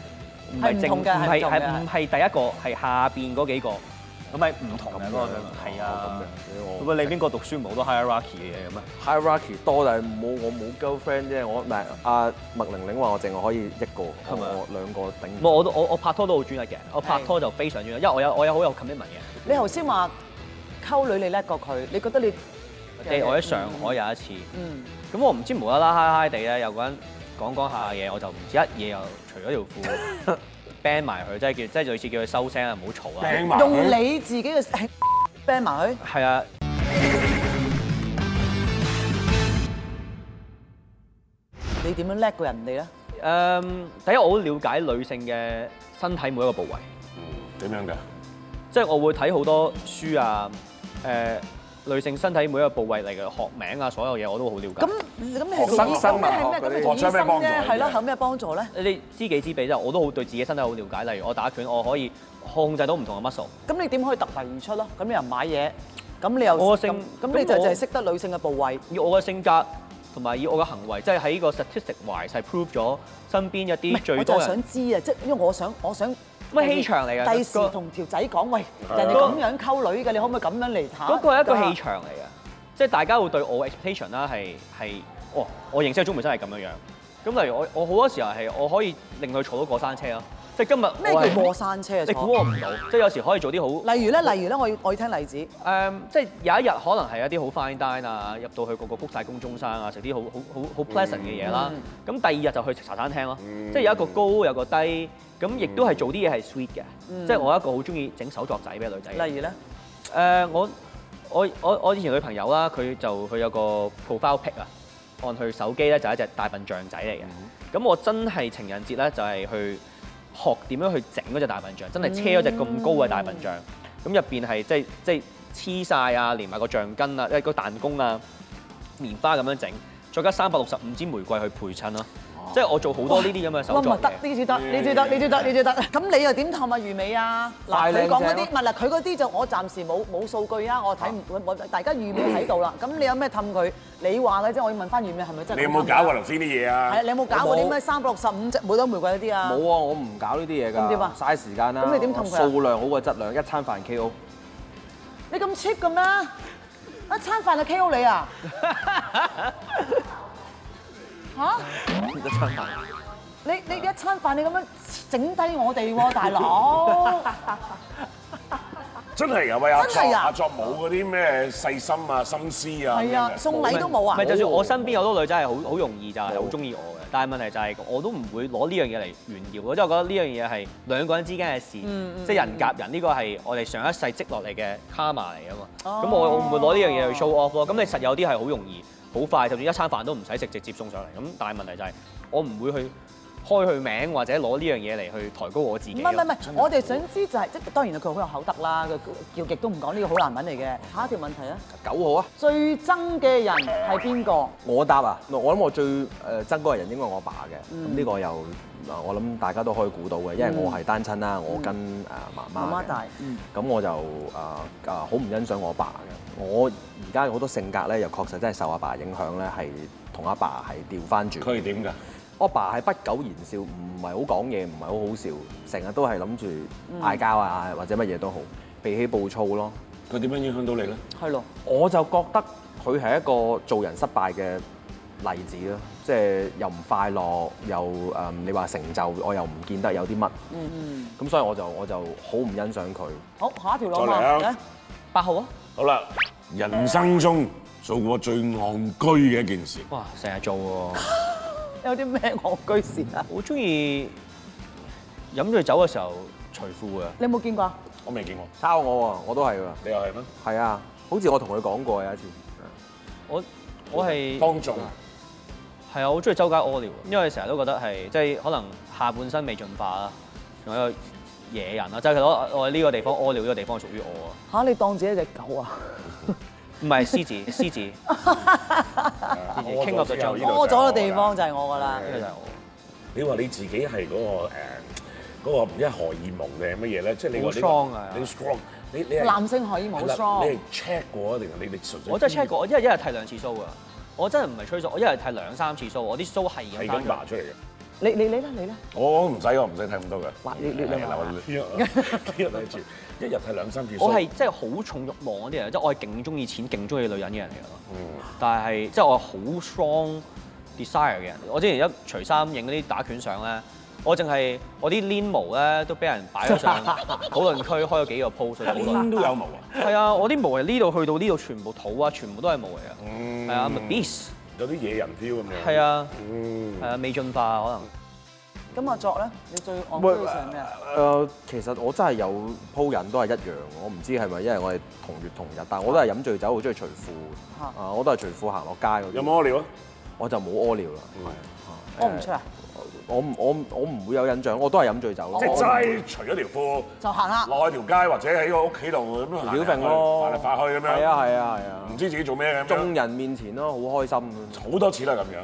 F: 唔
B: 係唔
F: 正，
B: 同
F: 唔
B: 嘅係唔
F: 係
B: 同
F: 係
B: 嘅
F: 唔係第一個，係下邊嗰幾個，咁係唔同嘅嗰個係啊
G: 哦。啊咁樣
F: 咁啊，你邊個讀書冇好多 hierarchy 嘅嘢咁啊？
G: hierarchy 多，但係冇我冇 girlfriend 啫。我唔係阿麥玲玲話我淨係可以一個，
F: 係咪啊
G: 我兩個頂唔
F: 冇，我都我我拍拖都好專一嘅，我拍拖就非常專一，因為我有我有好有 commitment 嘅。
B: 你頭先話溝女你叻過佢，你覺得你
F: 即係我喺上海有一次，咁我唔知無啦啦嗨嗨地咧，有個人講講下嘢，我就唔知一嘢又除咗條褲 ban 埋佢，即係叫即係類似叫佢收聲啊，唔好嘈啊。
C: 掟埋
B: 用
C: 佢。
B: 你自己 (laughs) 嘅 ban 埋佢。
F: 係啊，
B: 你點樣叻過人哋咧？
F: 誒，嗯第一我好了解女性嘅身體每一個部位，
C: 嗯點樣㗎？
F: 即係我會睇好多書啊，誒、女性身體每一個部位嚟嘅學名啊，所有嘢我都好了解。
B: 咁咁你係做
G: 生
B: 醫
G: 生
B: 生
G: 物
B: 咧，係
G: 學
B: 咩？咁
G: 嗰啲
B: 你做醫
C: 學咗咩
B: 生
C: 幫
B: 啫，
C: 助
B: 係
C: 啫
B: 咯，有咩幫助咧？
F: 你哋知己知彼啫，我都好對自己身體好了解。例如我打拳，我可以控制到唔同嘅 muscle。
B: 咁你點可以突圍而出咯？咁你又唔買嘢，咁你又
F: 我
B: 咁
F: 性
B: 咁你就
F: 咁
B: 就
F: 我
B: 係識得女性嘅部位。
F: 以我嘅性格同埋以我嘅行為，即係喺個 statistic wise 係 prove 咗身邊一啲
B: 我
F: 最
B: 就
F: 多
B: 係
F: 人
B: 想知啊，即係因為我想我想。
F: 乜氣場嚟㗎
B: 第時
F: 個
B: 同條仔講，喂，
C: 係啊
B: 人哋咁樣溝女嘅，你可唔可以咁樣嚟談？
F: 嗰個係一個氣場嚟嘅，即係大家會對我嘅 expectation 啦係係，哦，我認識嘅中門生係咁樣樣。咁例如我我好多時候係我可以令佢坐到過山車咯，即係今日
B: 咩
F: 我係
B: 叫過山車啊？
F: 你估我唔到，即係有時可以做啲好
B: 例如咧，例如咧，我要我要聽例子。
F: 誒、嗯即係有一日可能係一啲好 fine dine 啊，入到去個個谷晒公中山啊，食啲好好好好 pleasant
B: 嗯
F: 嘅嘢啦。咁、第二日就去食茶餐廳咯，即係有一個高有個低，咁亦都係做啲嘢係 sweet 嘅。即係我一個好中意整手作仔俾女仔嘅。
B: 嗯例如咧，
F: 誒、呃我我我我以前女朋友啦，佢就佢有個 profile pic 啊，按佢手機咧就係一隻大笨象仔嚟嘅。咁、我真係情人節咧就係去學點樣去整嗰隻大笨象，真係車嗰只咁高嘅大笨象。咁入邊係即係即係黐晒啊，連埋個橡筋啊，一個彈弓啊，棉花咁樣整，再加三百六十五支玫瑰去配襯咯。即係我做好多呢啲咁嘅手
B: 哇，
F: 作
B: 咪得
F: 嘢
B: 呢。啲得，呢啲得，呢啲得，呢啲得。咁你又點氹啊？魚尾啊？嗱，
G: 快
B: 佢
G: 靚
B: 講嗰啲，
G: 正
B: 唔係嗱，佢嗰啲就我暫時冇冇數據啊，我睇唔我我大家魚尾睇到啦。咁你有咩氹佢？你話嘅啫，我要問翻魚尾係咪真係？
C: 你有冇搞過？頭先啲嘢啊？
B: 係你有冇搞過啲咩三百六十五隻每朵玫瑰嗰啲啊？
G: 冇啊，我唔搞呢啲嘢
B: 咁點啊
G: 㗎，嘥時間啦。
B: 咁你點氹佢啊
G: 數量好過質量，一餐飯 KO。
B: 你咁 cheap 嘅咩？一餐飯就 KO 你啊？嚇！
G: 一餐飯。
B: 你你一餐飯你咁樣整低我哋喎，大佬。
C: 真係㗎喂！阿
B: 真
C: 作
B: 係啊
C: 阿作冇嗰啲咩細心啊、心思啊咁
B: 係
C: 樣
B: 啊，
C: 嘅。
B: 送禮都冇
F: 唔
B: 啊
F: 係，。就算我身邊有好多女仔係好好容易就係好中意我嘅，但係問題就係我都唔會攞呢樣嘢嚟炫耀咯，即係我覺得呢樣嘢係兩個人之間嘅事，
B: 嗯
F: 即係人夾人呢個係我哋上一世積落嚟嘅 karma 嚟啊嘛。
B: 哦
F: 咁我我唔會攞呢樣嘢去 show off 咯。咁你實有啲係好容易、好快，就算一餐飯都唔使食，直接送上嚟。咁但係問題就係我唔會去開佢名或者攞呢樣嘢嚟去抬高我自己
B: 唔
F: 咯。
B: 係唔係唔係，我哋想知就係即係當然佢好有口德啦，佢叫極都唔講呢個好難文嚟嘅。下一條問題啊，
G: 九號啊，
B: 最憎嘅人係邊個？
G: 我答啊，我諗我最誒憎嗰個人應該係我爸嘅，
B: 嗯
G: 咁呢、個又啊我諗大家都可以估到嘅，因為我係單親啦，我跟誒啊媽媽
B: 嗯媽媽
G: 嘅
B: 大嗯
G: 咁我就誒誒啊好唔欣賞我爸嘅，我而家好多性格咧又確實真係受阿爸影響咧，係同阿爸係調翻轉。
C: 佢係點㗎？
G: 我爸係不苟言笑，唔係好講嘢，唔係好好笑，成日都係諗住嗌交啊或者乜嘢都好，脾氣暴躁咯。
C: 佢點樣影響到你咧？
B: 係咯，
G: 我就覺得佢係一個做人失敗嘅例子咯，即係又唔快樂，又誒、嗯你話成就，我又唔見得有啲乜，咁、所以我就我就好唔欣賞佢。
B: 好下一條
C: 再
B: 路
C: 嚟啊
B: 啊，八號啊，
C: 好啦，人生中做過最戇居嘅一件事，
F: 哇，成日做喎。
B: 有啲咩戇居事啊？
F: 好中意飲醉酒嘅時候除褲啊！
B: 你有冇見過啊？
C: 我未見過。
G: 抄我喎，啊我都係㗎，
C: 你又係咩？
G: 係啊，好似我同佢講過有一次，
F: 我我係。
C: 當眾
F: 係啊，我好中意周街屙尿，因為成日都覺得係即係可能下半身未進化啦，仲有一個野人啦，即係我我喺呢個地方屙尿，呢個地方屬於我啊，
B: 嚇你當自己係隻狗啊？
F: 唔係獅子，
C: (laughs)
F: 獅子呢
C: 我啊
F: 傾落
C: 就
F: 就就
C: 呢
B: 屙
C: 度
B: 咗
C: 就
B: 嘅
C: 我
B: 地
C: 啦
B: 方就係我㗎啦。
F: 個就係我，
C: 你話你自己係嗰、個誒嗰、個唔知係荷爾蒙定係乜嘢咧？即係你話你個
F: 好 strong 啊
C: 你 strong，你你係
B: 男性荷爾蒙好
C: 係啦
B: strong
C: 你係 check 過啊定係你你純粹
F: 我真係 check 過，我一日一日剃兩次鬚噶，我真係唔係吹鬚，我一日剃兩三次鬚，我啲鬚係
C: 係咁
F: 咁生
C: 爬
F: 長。
C: 出嚟嘅。
B: 你你你咧你咧？
C: 我我唔使我唔使睇咁多嘅。
B: 哇你你你
C: 係啦我呢日呢日睇住，一日睇兩三次數。
F: 我係真係好重欲望嗰啲人，即係我係勁中意錢、勁中意女人嘅人嚟㗎咯。嗯但係即係我係好 strong desire 嘅人。我之前一除衫影嗰啲打拳相咧，我淨係我啲 lean 毛咧都俾人擺咗 (laughs) 上討論區，開咗幾個 post 去討論。
C: 邊都有毛啊！
F: 係啊，我啲毛係呢度去到呢度，全部肚啊，全部都係毛嚟啊。係啊，I'm a beast。
C: 有啲野人 feel 咁樣。
F: 係啊，
C: 嗯。
F: 係啊，未進化可能。
B: 咁阿作咧，你最戇居嘅事係咩啊？
G: 誒、呃其實我真係有鋪人都係一樣，我唔知係咪因為我係同月同日，但係我都係飲醉酒，好中意除褲，
B: 嚇
G: 啊，我都係除褲行落街嗰啲
C: 有冇屙尿啊？
G: 我就冇屙尿啦，係啊
B: 我唔出啊，
G: 我唔我唔我唔會有印象，我都係飲醉酒，
C: 即係齋除咗條褲，
B: 就行啦。
C: 落去條街或者喺個屋企度咁樣行
G: 小
C: 嚟
G: 揈咯，
C: 行去發嚟發去咁樣，
G: 係啊係啊係啊
C: 唔，知自己做咩咁
G: 眾
C: 樣，
G: 人面前咯，好開心，
C: 好多次啦咁樣。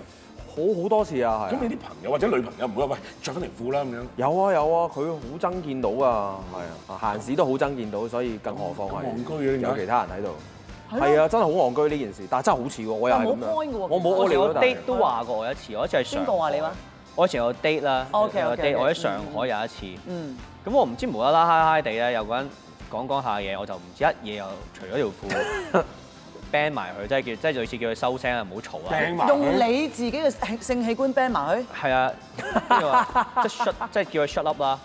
G: 好好多次啊，
C: 咁
G: 係啊。
C: 你啲朋友或者女朋友唔會話喂着翻條褲啦咁樣，
G: 有啊有啊，佢好憎見到啊，係啊，閒時都好憎見到，所以更何況係
C: 咁戇居嘅點解
G: 有其他人喺度，
B: 係啊
G: 係啊，真係好戇居呢件事，但係真係好似喎，我又係咁
B: 但係冇 point 嘅
G: 樣，
B: 喎
G: 我冇
B: 其實
G: 屙
F: 我
G: 尿
F: 有
G: 咯但係
F: date 都話過我一次，我一次係上
B: 邊個話你話？
F: 我以前有 date 啦，有
B: OK，OK，OK，
F: 個 date，我喺
B: 嗯
F: 上海有一次。
B: 嗯，
F: 咁我唔知無啦啦嗨嗨地咧，有個人講講下嘢，我就唔知一嘢又除咗條褲 ban 埋佢，即係叫即係類似叫佢收聲啊，唔好嘈
C: 掟
F: 啊。
C: 埋
B: 用
C: 佢。
B: 你自己嘅性器官 ban 埋佢，
F: 係啊，跟住話即係 shut，即係叫佢 shut up 啦。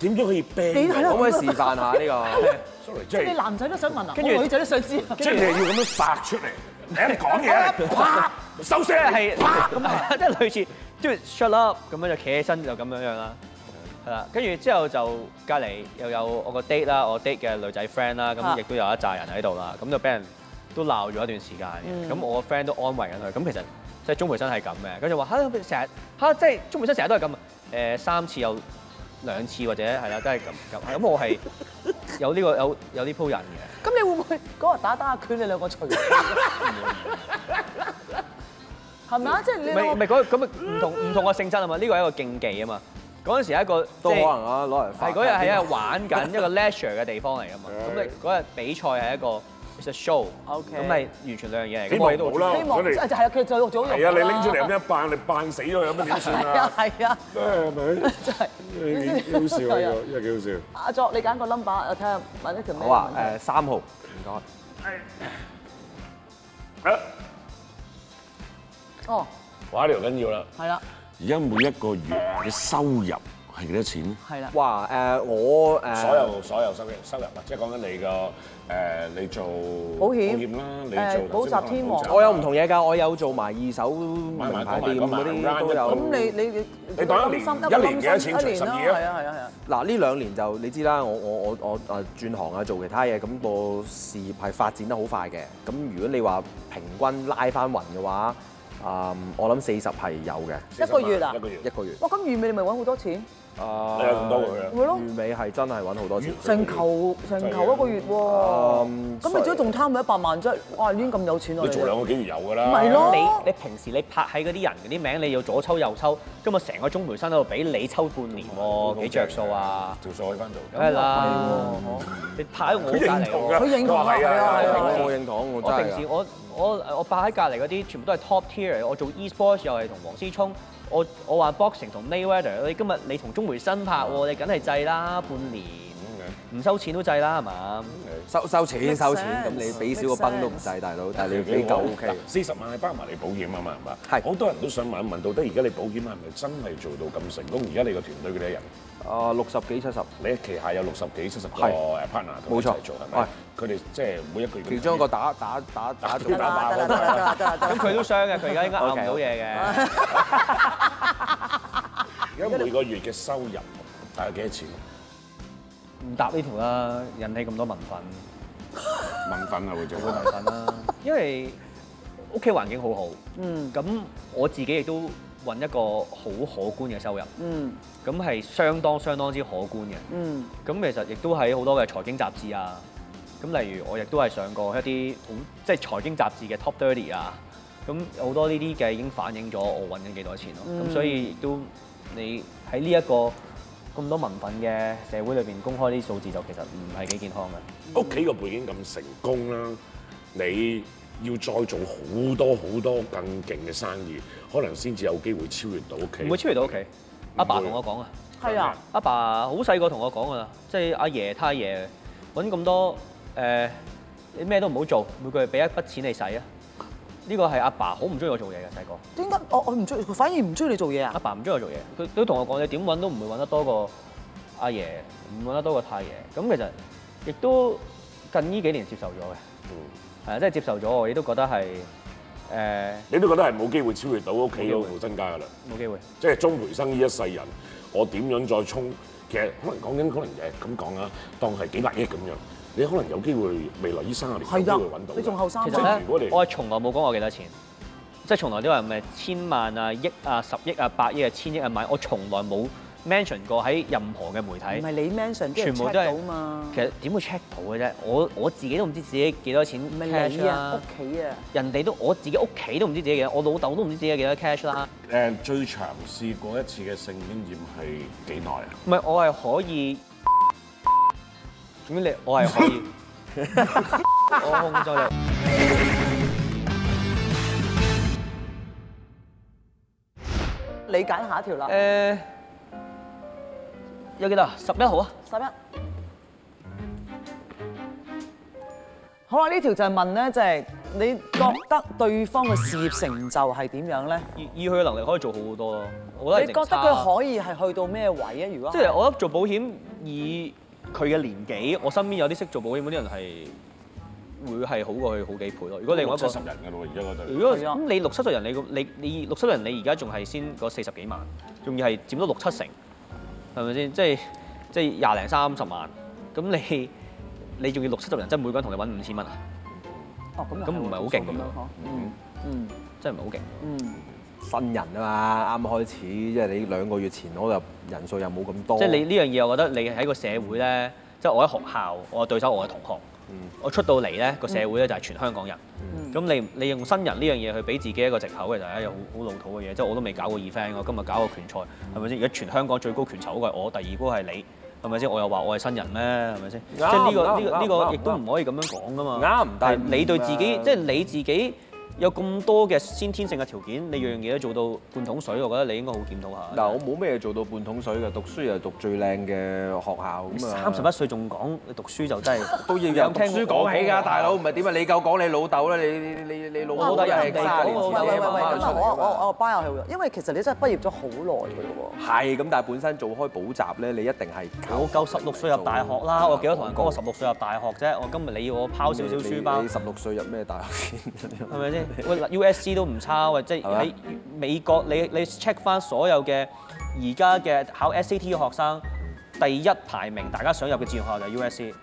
C: 點樣可以
B: 你係
C: 病
B: 咯
G: 可唔可以示範下呢
F: (laughs)
C: ？sorry，即
B: 你
C: 係
B: 男仔都想問啊，
F: 跟住
B: 我女仔都想知啊。
C: 即係你係要咁樣發出嚟，你一講
B: (laughs)
C: 嘢，啪收聲
F: 係咁啊， (laughs) 即係類似即係 shut up 咁樣就企起身就咁樣樣啦。係啦，跟住之後就隔離又有我個 date 啦，我 date 嘅女仔 friend 啦，
B: 啊
F: 咁亦都有一紮人喺度啦，咁就俾人都鬧咗一段時間嘅。咁、我個 friend 都安慰緊佢，咁其實即係鍾培生係咁嘅，跟住話嚇成日嚇即係鍾培生成日都係咁啊，誒、三次有兩次或者係啦，都係咁咁。咁我係 (laughs) 有呢、個有有呢鋪人嘅。
B: 咁你會唔會嗰日打打下拳，你兩個除？係咪啊？即係你
F: 唔
B: 兩 (laughs)
F: 係唔
B: 個
F: 係嗰個咁啊唔同唔同嘅性質啊嘛，呢個係一個競技啊嘛。嗰陣時係一個
G: 個？都可
F: 即係
G: 能啊，攞嚟發
F: 係嗰日
C: (laughs)
F: 係一日玩緊一個 leisure 嘅地方嚟噶嘛，咁你嗰日比賽係一個 it's a show，
B: OK
F: 咁咪完全兩樣嘢嚟。
C: 希
F: 咁我
C: 望
F: 哋都
C: 冇啦，
B: 希
C: 我
B: 望
C: 哋
B: 就係啊，佢就早用
C: 係啊，你拎出嚟咁樣扮，你扮死咗佢咁樣點算
B: 係啊
C: 啊？
B: 係啊，
C: 真係咪？
B: 真係
C: 真係幾好笑啊！呢個真係幾好笑。
B: 阿作，你揀個 number，我睇下問呢條咩
G: 好啊
B: 問，
G: 誒
B: 題。
G: 三號，唔該。
B: 哦，
C: 哇！呢條緊要啦。
B: 係啦，
C: 而家每一個月嘅收入係幾多錢咧？
B: 係啦。
G: 哇誒我誒
C: 所有哦所有收入收入啊，即係講緊你個誒，你做
B: 保險
C: 啦，
B: 誒
C: 你做
B: 補習天王
G: 我有唔同嘢㗎，我有做埋二手名
C: 買埋講
G: 牌
C: 埋
G: 店
C: 講埋
G: 嗰啲
C: round
G: 都
C: 一
G: 有。
B: 咁你你你
C: 你當一年一年幾多錢除十二
B: 係
C: 啊
B: 啊係啊係啊。
G: 嗱呢兩年就你知啦，我我我我誒轉行啊，做其他嘢，咁個事業係發展得好快嘅。咁如果你話平均拉翻勻嘅話，啊、我諗四十係有嘅
B: 一個月啊
C: 一個月
G: 一。個月。
B: 哇！咁預尾你咪揾好多錢，
G: 啊
C: 你有咁多個月啊
B: 咪咯
G: 魚尾係真係揾好多錢。
B: 成球成球一個月喎。
G: 嗯
B: 咁你最仲貪佢一百萬啫？哇！已經咁有錢啦，
C: 你做兩個幾月有㗎啦。
B: 咪咯
F: 你你平時你拍喺嗰啲人嗰啲名，你要左抽右抽，今日成個鐘培生喺度俾你抽半年喎，幾着數啊？
C: 條數可以翻到。
F: 梗係啦，你拍喺我隔離喎。
B: 佢認同啊
C: 佢話係啊
B: 係啊係啊
G: 我我認同，我
F: 我
G: 真係啊
F: 平時
G: 㗎。
F: 我我我擺喺隔離嗰啲全部都係 top tier 嚟，我做 e-sports 又係同黃思聰，我我玩 boxing 同 Mayweather，你今日你同鍾培生拍喎，你梗係制啦，半年
G: 嗯
F: 唔收錢都制啦，係嘛？
G: 收收錢
B: Make
G: 收錢，咁
B: sense，
G: 你俾少個
B: make
G: 崩都唔
B: sense
G: 制，大佬，但係你要俾夠 OK
C: 嗱。四十萬係包埋你保險啊嘛，係嘛？
G: 係
C: 好多人都想問一問，到底而家你保險係咪真係做到咁成功？而家你個團隊幾多人？
G: 啊，六十幾七十。
C: 你旗下有六十幾、七十個
G: 係
C: partner 同你一
G: 冇
C: 齊
G: 錯
C: 做係
G: 係
C: 咪？佢哋即係每一個月
G: 其中一個打打打打中
C: 得啦
B: 得啦得啦得啦得啦得
F: 咁
B: 啦。
F: 佢都傷嘅，佢而家應該咬唔到嘢嘅。
G: (laughs)
C: 而家每個月嘅收入大概幾多錢？
F: 唔答呢條啦，引起咁多民憤，
C: 問粉啊會做。
F: 民憤啦，因為屋企環境好好，嗯，咁我自己亦都揾一個好可觀嘅收入，
B: 嗯
F: 咁係相當相當之可觀嘅。
B: 嗯。
F: 咁其實亦都喺好多嘅財經雜誌啊，咁例如我亦都係上過一啲好即係財經雜誌嘅 Top Thirty 啊，咁好多呢啲嘅已經反映咗我揾緊幾多錢咯。咁、
B: 嗯
F: 所以亦都你喺呢一個咁多民憤嘅社會裏邊公開呢啲數字，就其實唔係幾健康嘅。
C: 屋企個背景咁成功啦，你要再做好多好多更勁嘅生意，可能先至有機會超越到屋企。
F: 唔會超越到屋企。阿爸同我講啊，
B: 係啊，
F: 阿爸好細個同我講噶啦，即係阿爺太爺揾咁多誒，呃你咩、都唔好做，每個月俾一筆錢你使啊。呢個係阿爸好唔中意我做嘢嘅細個。
B: 點解我我唔中意，佢反而唔中意你做嘢
F: 阿
B: 啊？
F: 爸唔中意我做嘢，佢都同我講你點揾都唔會揾得多過阿爺，唔揾得多過太爺。咁其實亦都近呢幾年接受咗嘅，係啊，即係接受咗，我亦都覺得係誒
C: 你都覺得係冇機會超越到屋企嗰副身家㗎啦。
F: 冇機會。
C: 即係鍾培生呢一世人，我點樣再衝？其實可能講緊，可能誒咁講啊，當係幾百億咁樣，你可能有機會未來呢三十年有
B: 係
C: 機會
B: 啊
C: 揾到，㗎。
B: 你仲後生
F: 其
B: 啊
F: 實
C: 即係如果
F: 咧
C: 你，
F: 我係從來冇講過幾多錢，即係從來都話唔係千萬啊、億啊、十億啊、百億啊、千億啊買，我從來冇 mention 過喺任何嘅媒體。
B: 唔係你 mention 啲人
F: 全部
B: check
F: 都係
B: 到嘛？
F: 其實點會 check 到嘅啫？我我自己都唔知自己幾多錢
B: 唔係你
F: cash
B: 啊
F: 啦，，
B: 屋企啊。
F: 人哋都我自己屋企都唔知自己幾多，我老豆都唔知自己幾多 cash 啦。
C: 誒最長試過一次嘅性經驗係幾耐啊？
F: 唔係我係可以，總之你我係
B: (laughs)
F: 可以，我控制你。
B: 你揀下一條啦
F: 誒、，有幾多啊？十一號啊？
B: 十一。好啦，呢條就係問咧，就係、你覺得對方嘅事業成就係點樣咧？
F: 以以佢嘅能力可以做好好多咯。我
B: 你
F: 覺
B: 覺
F: 得一
B: 得
F: 定差
B: 佢可以係去到咩位啊？如果
F: 啊即係我覺得做保險以佢嘅年紀，我身邊有啲識做保險嗰啲人係會係好過佢好幾倍咯。如果另外一個
B: 啊
C: 七十人㗎咯喎，而家嗰隊
F: 如果
B: 係啊
F: 咁你六七十人，你個你你六七十人，你而家仲係先嗰四十幾萬，仲要係佔到六七成，係咪先？即係即係廿零三十萬，咁你你仲要六七十人，即係每個人同你揾五千蚊啊，
B: 哦咁又
F: 咁唔係好勁咁
B: 樣
F: 樣
B: 嗬，
F: 真係唔係好勁。
G: 新人啊嘛，啱開始，即係你兩個月前我就人數又冇咁多，
F: 即係你呢樣嘢，我覺得你喺個社會咧，即係我喺學校，我對手我嘅同學，
G: 嗯
F: 我出到嚟咧個社會咧就係全香港人。咁、你你用新人呢樣嘢去俾自己一個藉口嘅，就係一樣好好老土嘅嘢。即係我都未搞過 E event，我今日搞個拳賽，
G: 嗯
F: 係咪先？而家全香港最高拳手嘅係我，第二高係你，係咪先？我又話我係新人咩？係咪先？即係呢、個
G: 啱
F: 呢、個呢、
G: 啱
F: 個
G: 啱
F: 亦都唔可以咁樣講噶嘛。
G: 啱但係啊
F: 係你對自己
G: 唔係
F: 即係你自己。有咁多嘅先天性嘅條件，你樣樣嘢都做到半桶水，我覺得你應該好檢討下。
G: 嗱，我冇咩做到半桶水嘅，讀書又讀最靚嘅學校咁啊，
F: 三十一歲仲講讀書就
G: (laughs)
F: 真係
G: 都要由讀書講起㗎，大佬唔係點啊？你夠講你老豆啦，你你你你老
F: 我
G: 豆
F: 老
G: 都
F: 豆
G: 係
F: 人哋嗰
G: 卅年
F: 個
G: 前
B: 喂喂喂，
G: 嘅
B: 喂
G: 慢慢
B: 咁
G: 出
B: 啊，我
G: 嚟㗎嘛
B: 我我包入去喎，因為其實你真係畢業咗好耐㗎咯
G: 係咁，但係本身做開補習咧，你一定係靠
F: 我夠十六歲入大學啦，我幾多同人講我十六歲入大學啫，我今日你要我拋少少書包
G: 你，十六歲入咩大學先？ (laughs)
F: 係咪先？喂嗱，USC 都唔差喎，即係
G: 係咪
F: 喺美國你你 check 翻所有嘅而家嘅考 SAT 嘅學生，第一排名大家想入嘅志願學校就係 USC。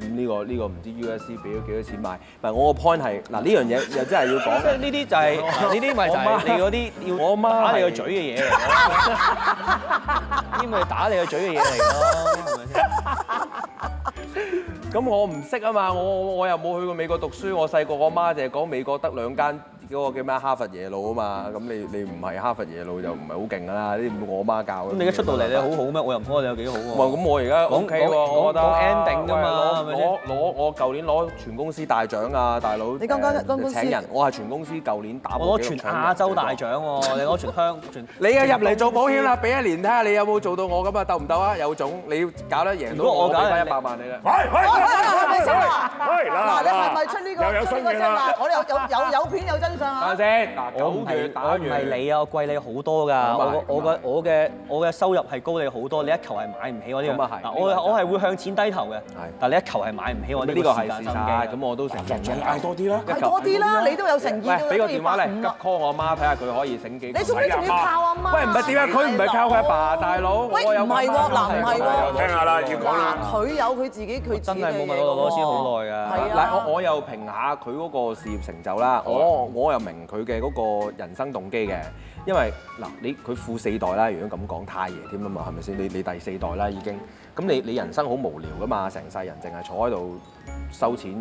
G: 咁呢個呢個唔知 USC 俾咗幾多錢買？唔係我個 point 係嗱呢樣嘢又真係要
F: 即係
G: 講。
F: 呢啲就係呢啲咪就係你嗰啲要
G: 我媽係
F: 打你個嘴嘅嘢嚟咯，
G: (laughs)
F: 呢咪打你個嘴嘅嘢嚟咯，係咪先？
G: 咁我唔識啊嘛，我我我又冇去過美國讀書，我細個我媽就係講美國得兩間嗰個叫咩哈佛耶魯啊嘛，咁你你唔係哈佛耶魯就唔係好勁㗎啦，呢啲我媽教嘅。
F: 咁你而家出到嚟你好好咩？我又唔覺得你有幾好
G: 唔
F: 喎
G: 係。咁我而家
F: 講
G: OK 喎，我覺得
F: 講講 ending 㗎嘛
G: 喂
F: 係咪
G: 攞攞我舊年攞全公司大獎啊，大佬！
B: 你講緊
G: 誒
B: 間公司
G: 請人，我係全公司舊年打
F: 啊我
G: 破
F: 攞
G: 紀錄
F: 全
G: 搶人
F: 亞洲大
G: 最多
F: 獎
G: (laughs)
F: 喎，你攞全香全。
G: 啊你又入嚟做保險啦，俾一年睇下你有冇做到我咁啊，鬥唔鬥啊？有種你搞得贏到
F: 如果我
G: 我，俾翻
F: 揀
G: 一百萬你啦。
C: 喂喂
B: 喎。
C: 喂喂喂
B: 嗱，你係咪出呢個
C: 又有
B: 出
C: 新
B: 呢個
C: 嘅
B: 聲
C: 啦
B: 啦？？我哋有有有有片有真相啊！
G: 等陣先，嗱
F: 我唔
G: 九月
F: 係
G: 打
F: 我
G: 完，
F: 唔係你啊，我貴你好多
G: 咁
F: 㗎。
G: 啊
F: 我
G: 係
F: 個我
G: 咁啊
F: 嘅我嘅我嘅收入係高你好多，你一球係買唔起我呢樣。
G: 咁啊係
F: 嗱
G: 呢個
F: 我
G: 就係
F: 我係會向錢低頭嘅
G: 係，
F: 但係你一球係買唔起我呢
G: 呢個
F: 個
G: 係
F: 時間
G: 事
F: 心機啊
G: 實，啊
F: 嘅。
G: 咁我都承認。
C: 再嗌多啲啦！
B: 係多啲啦，你都有誠意㗎
G: 喂，俾個電話
B: 都
G: 嚟，
B: 要
G: 急
B: 百五啊
G: call 我媽睇下佢可以醒幾個。
B: 你做咩仲要靠阿媽？
G: 喂，唔係點啊？佢唔係靠佢阿爸，大佬，
B: 喂
G: 我有
B: 唔係喎
G: 媽媽
B: 嗱唔係喎
C: 聽下啦要講
B: 嗱，佢有佢自己佢自己
F: 真係
B: 嘅
F: 冇
B: 嘢
F: 問我老
B: 㗎
F: 攞先好耐㗎
B: 喎係
G: 嗱，
B: 啊，
G: 我我又評下佢嗰個事業成就啦，我我又明佢嘅嗰個人生動機嘅，因為嗱你佢富四代啦，如果咁講太爺添啊嘛，係咪先？你你第四代啦已經，咁你你人生好無聊噶嘛，成世人淨係坐喺度收錢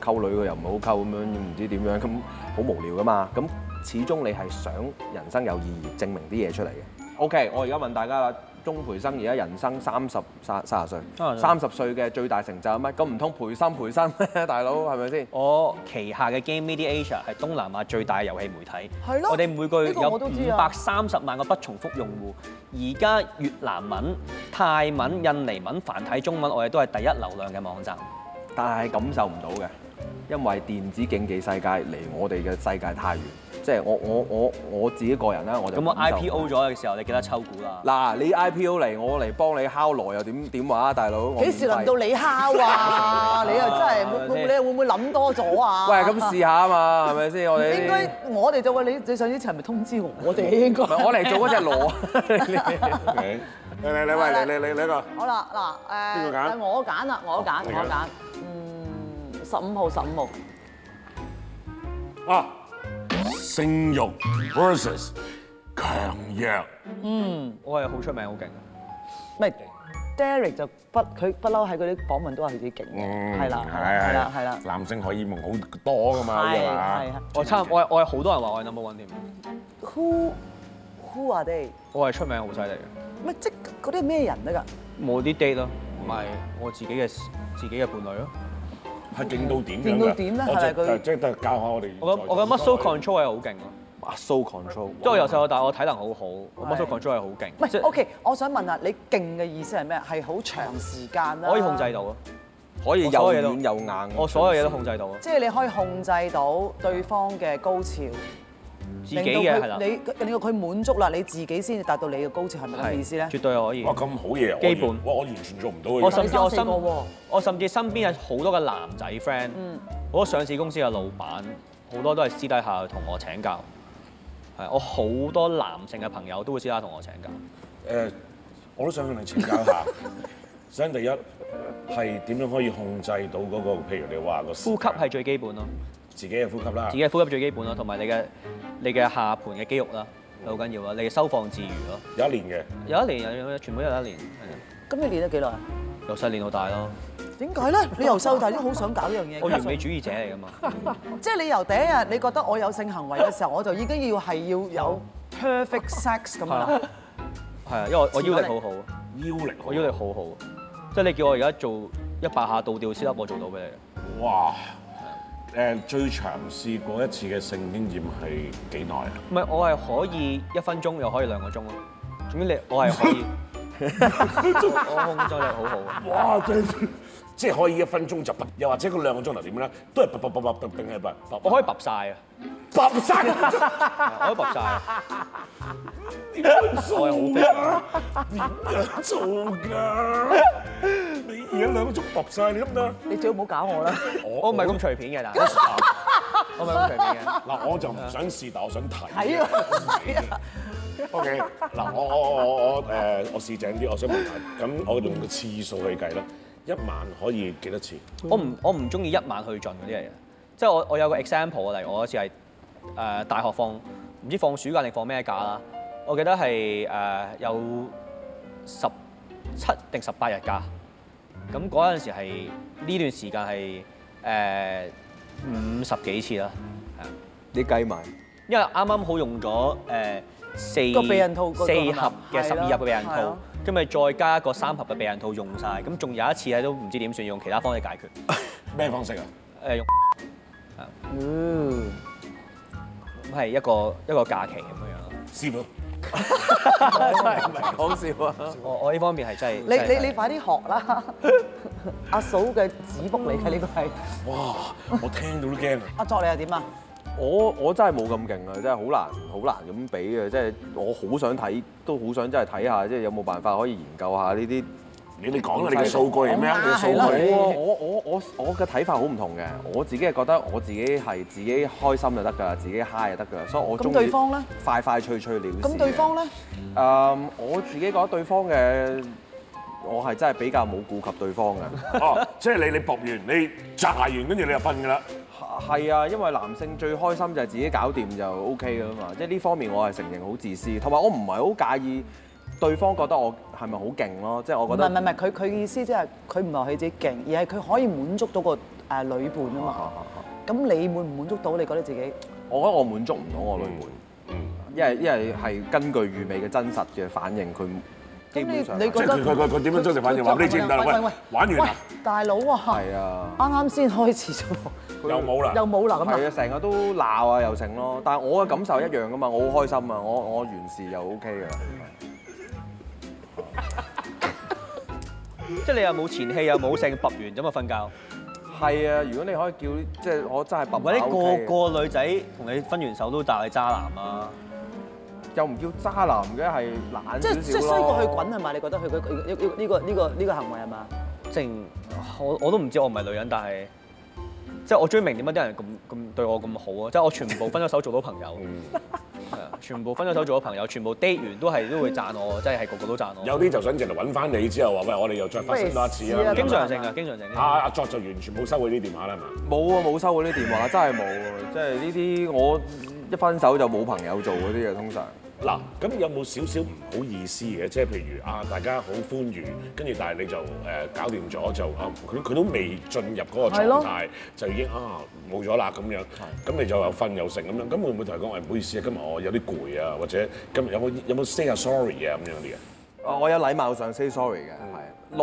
G: 溝女，佢又唔好溝咁樣，唔知點樣，咁好無聊噶嘛，咁始終你係想人生有意義，證明啲嘢出嚟嘅。OK，我而家問大家啦，鍾培生而家人生三十三三十歲，
B: 啊
F: 30歲
G: 三十歲嘅最大成就係乜？咁唔通培生培生咧， (laughs) 大佬係咪先？
F: 我旗下嘅 Game Media Asia 係東南亞最大嘅遊戲媒體，
B: 係咯
F: 我哋每個月
B: 呢個
F: 有
B: 我都知
F: 五
B: 啊
F: 百三十萬個不重複用戶，而家越南文、泰文、印尼文、繁體中文，我哋都係第一流量嘅網站。
G: 但係感受唔到嘅，因為電子競技世界離我哋嘅世界太遠。即係我我我我自己個人啦，我就
F: 咁我
G: 感受唔到
F: IPO 咗嘅時候，你記得抽股啦。
G: 嗱，你 IPO 嚟，我嚟幫你敲鑼又點點話啊，大佬？我
B: 幾時
G: 免費
B: 輪到你敲啊？你又真係會會你又會唔會諗多咗啊？
G: 喂，咁試下啊嘛，係咪先？我哋
B: 應該我哋就話你你上次係咪通知我？我哋應該
G: 唔係我嚟做嗰只螺。
B: (laughs)
C: 嚟嚟嚟喂嚟嚟嚟嚟個
B: 好啦嗱
C: 邊
B: 誒，
C: 個揀
B: 誒我揀啦，我揀
C: 你揀
B: 我揀，嗯，十五號十五號，
C: 啊！死性慾 versus 強弱。
F: 我係好出名，好勁。
B: 唔係 Derek 就不佢不嬲喺嗰啲訪問都話佢自己勁
C: 嗯
B: 嘅，係啦，係啦，係啦，
C: 男性荷爾蒙好多噶嘛，
B: 係
C: 係嘛
B: 係係？
F: 我差唔我係我係好多人話我係 number one 添，
B: Who Who are they？
F: 我係出名好犀利嘅。
B: 咪即係嗰啲係咩人嚟㗎？
F: 冇啲 date 咯，咪我自己嘅自己嘅伴侶咯。
C: 係勁到點樣㗎
B: 勁到點咧
C: 我
B: 係咪
C: 就
B: 佢
C: 即係教下我哋。
F: 我覺得我覺得 muscle control 係好勁咯，
G: muscle 啊 control，
F: 即係我由細到大我體能好好，我 muscle control 係好勁。
B: 唔
F: 即
B: 係
F: 係
B: OK，我想問下你勁嘅意思係咩？係好長時間啦，
F: 可以控制，到咯，
G: 可
F: 我
G: 以又
F: 所有嘢都
G: 軟又硬。
F: 我所有嘢都控制到咯，啊
B: 即係你可以控制到對方嘅高潮，
F: 自己
B: 令
F: 嘅係
B: 到
F: 啦
B: 佢，你令到佢滿足啦，你自己先至達到你嘅高潮，係咪咁意思咧？
F: 絕對係可以
C: 哇。哦咁好嘢，我
F: 基
C: 完
F: 本
C: 哇我完全做唔到嘅。
F: 我甚
B: 你
F: 至我
B: 三四
F: 身
B: 個喎嗯
F: 我甚至身邊有好多嘅男仔 friend，好多上市公司嘅老闆，好多都係私底下同我請教。係，我好多男性嘅朋友都會私底下同我請教。
C: 誒，我都想向你請教一下。 (laughs) 首先第一係點樣可以控制到嗰個，譬如你話個呼
F: 呼吸係最基本咯，
C: 自己嘅呼吸啦
F: 自。己嘅呼吸最基本咯，同埋你嘅你嘅下盤嘅肌肉啦，好緊要啦，啊你嘅收放自如咯。
C: 有一年
F: 有一年有有全部都有一年，係啊
B: 咁你練咗幾耐？
F: 由細練到大咯。
B: 點解咧？你由細到大都好想搞呢樣嘢
F: 我完
B: 嘅，
F: 美主義者嚟噶嘛，
B: 即係你由第一日你覺得我有性行為嘅時候，我就已經要係要有 perfect sex 咁樣啦。
F: 係啊，因為我我腰力好好，
C: 嘅腰力，
F: 我腰力好好，即係你叫我而家做一百下倒吊先得，我做到俾你。
C: 哇！誒最長試過一次嘅性經驗係幾耐啊？
F: 唔係我係可以一分鐘又可以兩個鐘咯，總之你我係
G: (laughs)
F: 可以，我控制力好好啊。
C: 哇！真係 (laughs) 即係可以一分鐘就拔，又或者嗰兩個鐘頭點咧，都係拔拔拔拔定係拔拔。
F: 我可以拔晒啊，
C: 拔晒，
F: (laughs) 我可以拔晒啊。
C: 點樣做㗎？點樣做㗎？你而家兩個鐘拔晒，你得唔啊得？
B: 你最好唔好搞我啦！
F: 我唔係咁隨便嘅，但係 (laughs) 我唔係咁隨便嘅。
C: 嗱，我就唔想試，但我想睇。
B: 啊係啊，
C: O K，嗱，我我我我我誒，我試正啲，我想問下，咁我用個次數去計啦，一晚可以幾多次？
F: 我唔我唔中意一晚去盡嗰啲嚟嘅，即係我我有個 example 啊，例如我嗰次係誒大學放唔知放暑假定放咩假啦，我記得係誒、呃有十七定十八日假，咁嗰陣時係呢段時間係誒五十幾次啦，係啊
G: 你計埋，
F: 因為啱啱好用咗誒四
B: 個避孕套嗰個
F: 四盒嘅
B: 係
F: 十
B: 咯
F: 二盒嘅避孕
B: 係咯
F: 套，跟住再加一個三盒嘅避孕套用晒，咁仲有一次咧都唔知點算，用其他方式解決。
C: 咩方式啊？
F: 誒用，咁係一個一個假期咁樣樣咯。
C: 師傅，
G: 講笑啊！
F: 我我呢方面係真係
B: 你
F: 真係
B: 你你快啲學啦！阿嫂嘅指腹嚟嘅呢個係，
C: 哇！我聽到都驚啊！
B: 阿作你又點啊？
G: 我我真係冇咁勁啊！真係好難好難咁比啊嘅，即係我好想睇，都好想真係睇下，即係有冇辦法可以研究下呢啲。
C: 你哋講啦，你嘅數據係咩啊？你嘅數
B: 係
C: 據
B: 啦
G: 我我我我我嘅睇法好唔同嘅，我自己係覺得我自己係自己開心就得㗎，自己 high 就得㗎，所以我
B: 咁
G: 中意
B: 對方呢
G: 快快脆脆了事嘅。
B: 咁對方咧？
G: 誒，我自己覺得對方嘅我係真係比較冇顧及對方嘅。
C: 哦，即係你你搏完，你扎完，跟住你就瞓㗎啦。
G: 係啊，因為男性最開心就係自己搞掂就 O K 噶啦嘛，即係呢方面我係承認好自私，同埋我唔係好介意對方覺得我係咪好勁咯，即係
B: 唔
G: 我覺
B: 係唔係
G: 得
B: 唔係，佢佢嘅意思即係佢唔係話佢自己勁，而係佢可以滿足到個誒女伴啊嘛。咁你滿唔滿足到？你覺得自己？
G: 我覺得我滿足唔到我女伴，
F: 嗯
G: 因為因為係根據預備嘅真實嘅反應，佢基本
B: 咁
G: 上
B: 你你覺
C: 即係
B: 得
C: 佢佢佢佢點樣真實反應？話
B: 佢
C: 俾你知唔得啦，喂，玩完啦，
B: 喂，大佬啊，
G: 係啊，
B: 啱啱先開始啫喎，
C: 又冇啦。
B: 又冇啦咁
G: 係啊，
B: 啊。
G: 成日都鬧啊又成咯，但係我嘅感受一樣噶嘛，我好開心啊，我我完事又 O K 噶啦。
F: 即係你又冇前戲又冇性，揼完啫嘛瞓覺。
B: (laughs)
G: 係啊，如果你可以叫，即係我真係
F: 唔
G: 白
F: 係你個個女仔同你分完手都鬧你渣男啊！
G: 又唔叫渣男嘅，係懶
B: 即係即
G: 少
B: 係
G: 少
B: 衰過去
G: 咯
B: 滾係嘛？你覺得佢佢佢佢呢個呢個呢個呢個行為係嘛？
F: 正我我都唔知我唔係女人，但係即係我追明點解啲人咁咁對我咁好啊！即係我全部分咗手做到朋友，係啊全部分咗手做到朋友，全部 date 完都係都會讚我，即係係個個都讚
C: 有
F: 我。
C: 啲就想直頭揾翻你之後話喂，我哋又再發生多一次啦。
F: 經常性啊，經常性。
C: 阿阿作就完全冇收佢啲電話啦，係嘛？
G: 冇啊，冇收過呢啲電話，真係冇啊！即係呢啲我一分手就冇朋友做嗰啲嘅，通常。
C: 嗱，咁有冇少少唔好意思嘅？即係譬如啊，大家好歡愉，跟住但係你就誒、呃搞掂咗就啊，佢佢都未進入嗰個
B: 係咯
C: 狀態，就已經啊冇咗啦咁樣。咁你就又瞓又成咁樣，咁會唔會同佢講喂唔好意思啊，今日我有啲攰啊，或者今日有冇有冇 say 下 sorry 啊咁樣嗰啲嘅？
G: 啊我有禮貌上 say sorry 嘅，係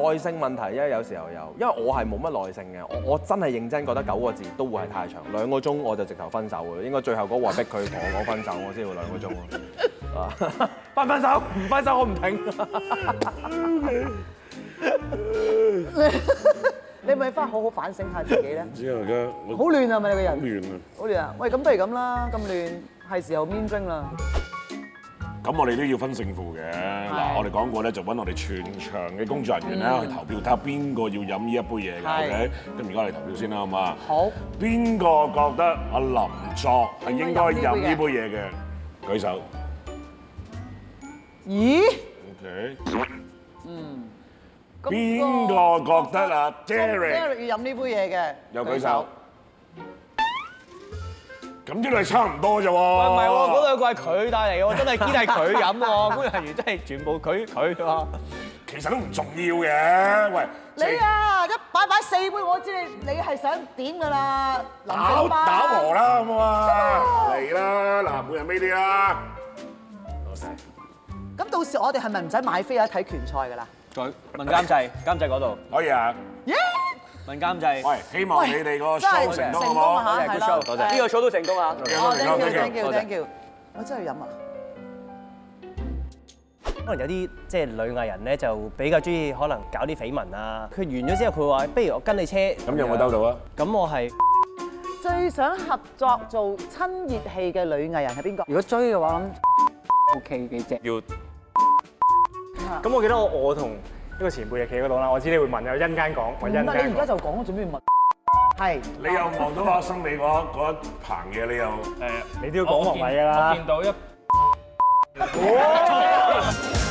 G: 耐性問題，因為有時候有，因為我係冇乜耐性嘅，我我真係認真覺得九個字都會係太長，兩個鐘我就直頭分手嘅，應該最後嗰話逼佢同我講分手，我先要兩個鐘咯。 (laughs) 啊，分唔分手？唔分手我唔停。
B: 你咪翻好好反省下自己咧。
C: 之後而家
B: 好
C: 好
B: 亂啊咪你個
C: 好
B: 人，
C: 亂啊！
B: 好亂啊！喂，咁不如咁啦，咁亂係時候 mean drink 啦。
C: 咁我哋都要分勝負嘅。嗱，我哋講過咧，就揾我哋全場嘅工作人員咧去投票，睇下邊個要飲呢一杯嘢嘅。
B: 嗯係
C: OK，咁而家我哋投票先啦，好嘛？
B: 好。
C: 邊個覺得阿林作係應該飲呢杯嘢嘅？舉手。
B: 咦？
C: OK。
B: 咁
C: 邊個覺得
B: 個
C: 阿
B: 哦
C: Derek
B: Derek 要飲呢杯嘢嘅？
C: 又舉手？咁呢度係差唔多啫喎。唔
F: 唔係喎，嗰兩個係佢帶嚟喎，真係堅係佢飲喎，工作人員真係全部佢佢啊喎。
C: 其實都唔重要嘅。喂，
B: 你啊，一擺擺四杯，我知你你係想點㗎啦，林
C: 打
B: 正巴
C: 打和啦，好唔好啊？嚟啦，嗱，每人俾啊啲啦。多謝。
B: 咁到時我哋係咪唔使買飛啊？睇拳賽㗎啦？
F: 再問監製，監製嗰度
C: 可以啊，
B: 耶！
F: 問監製。
C: 喂，希望你哋個
B: 真
C: show
B: 係
C: 成
B: 成
C: 功
B: 功
C: 好唔
B: 啊
C: 好？
B: 嚇，係啦。
F: 多謝呢個 show 都成功啊！
B: 哦，thank
C: Thank you，
B: you，thank
F: thank you
B: you，thank you。我真係要飲啊！
H: 可能有啲即係女藝人咧，就比較中意可能搞啲緋聞啊。佢完咗之後，佢話：不如我跟你車。咁
C: 咁有冇兜到啊？
H: 咁我係
B: 最想合作做親熱戲嘅女藝人係邊個？如果追嘅話，
I: 咁我記得我我同一個前輩嘅企嗰度啦，我知你會問，有因間講，我因
B: 諗唔得，
I: 間
B: 你而家
I: 講。
B: 就講，我做咩要問？係。
C: 你又望到阿生你嗰嗰一棚嘢，你又哦
I: 你都要講黃偉㗎啦。
C: 哇！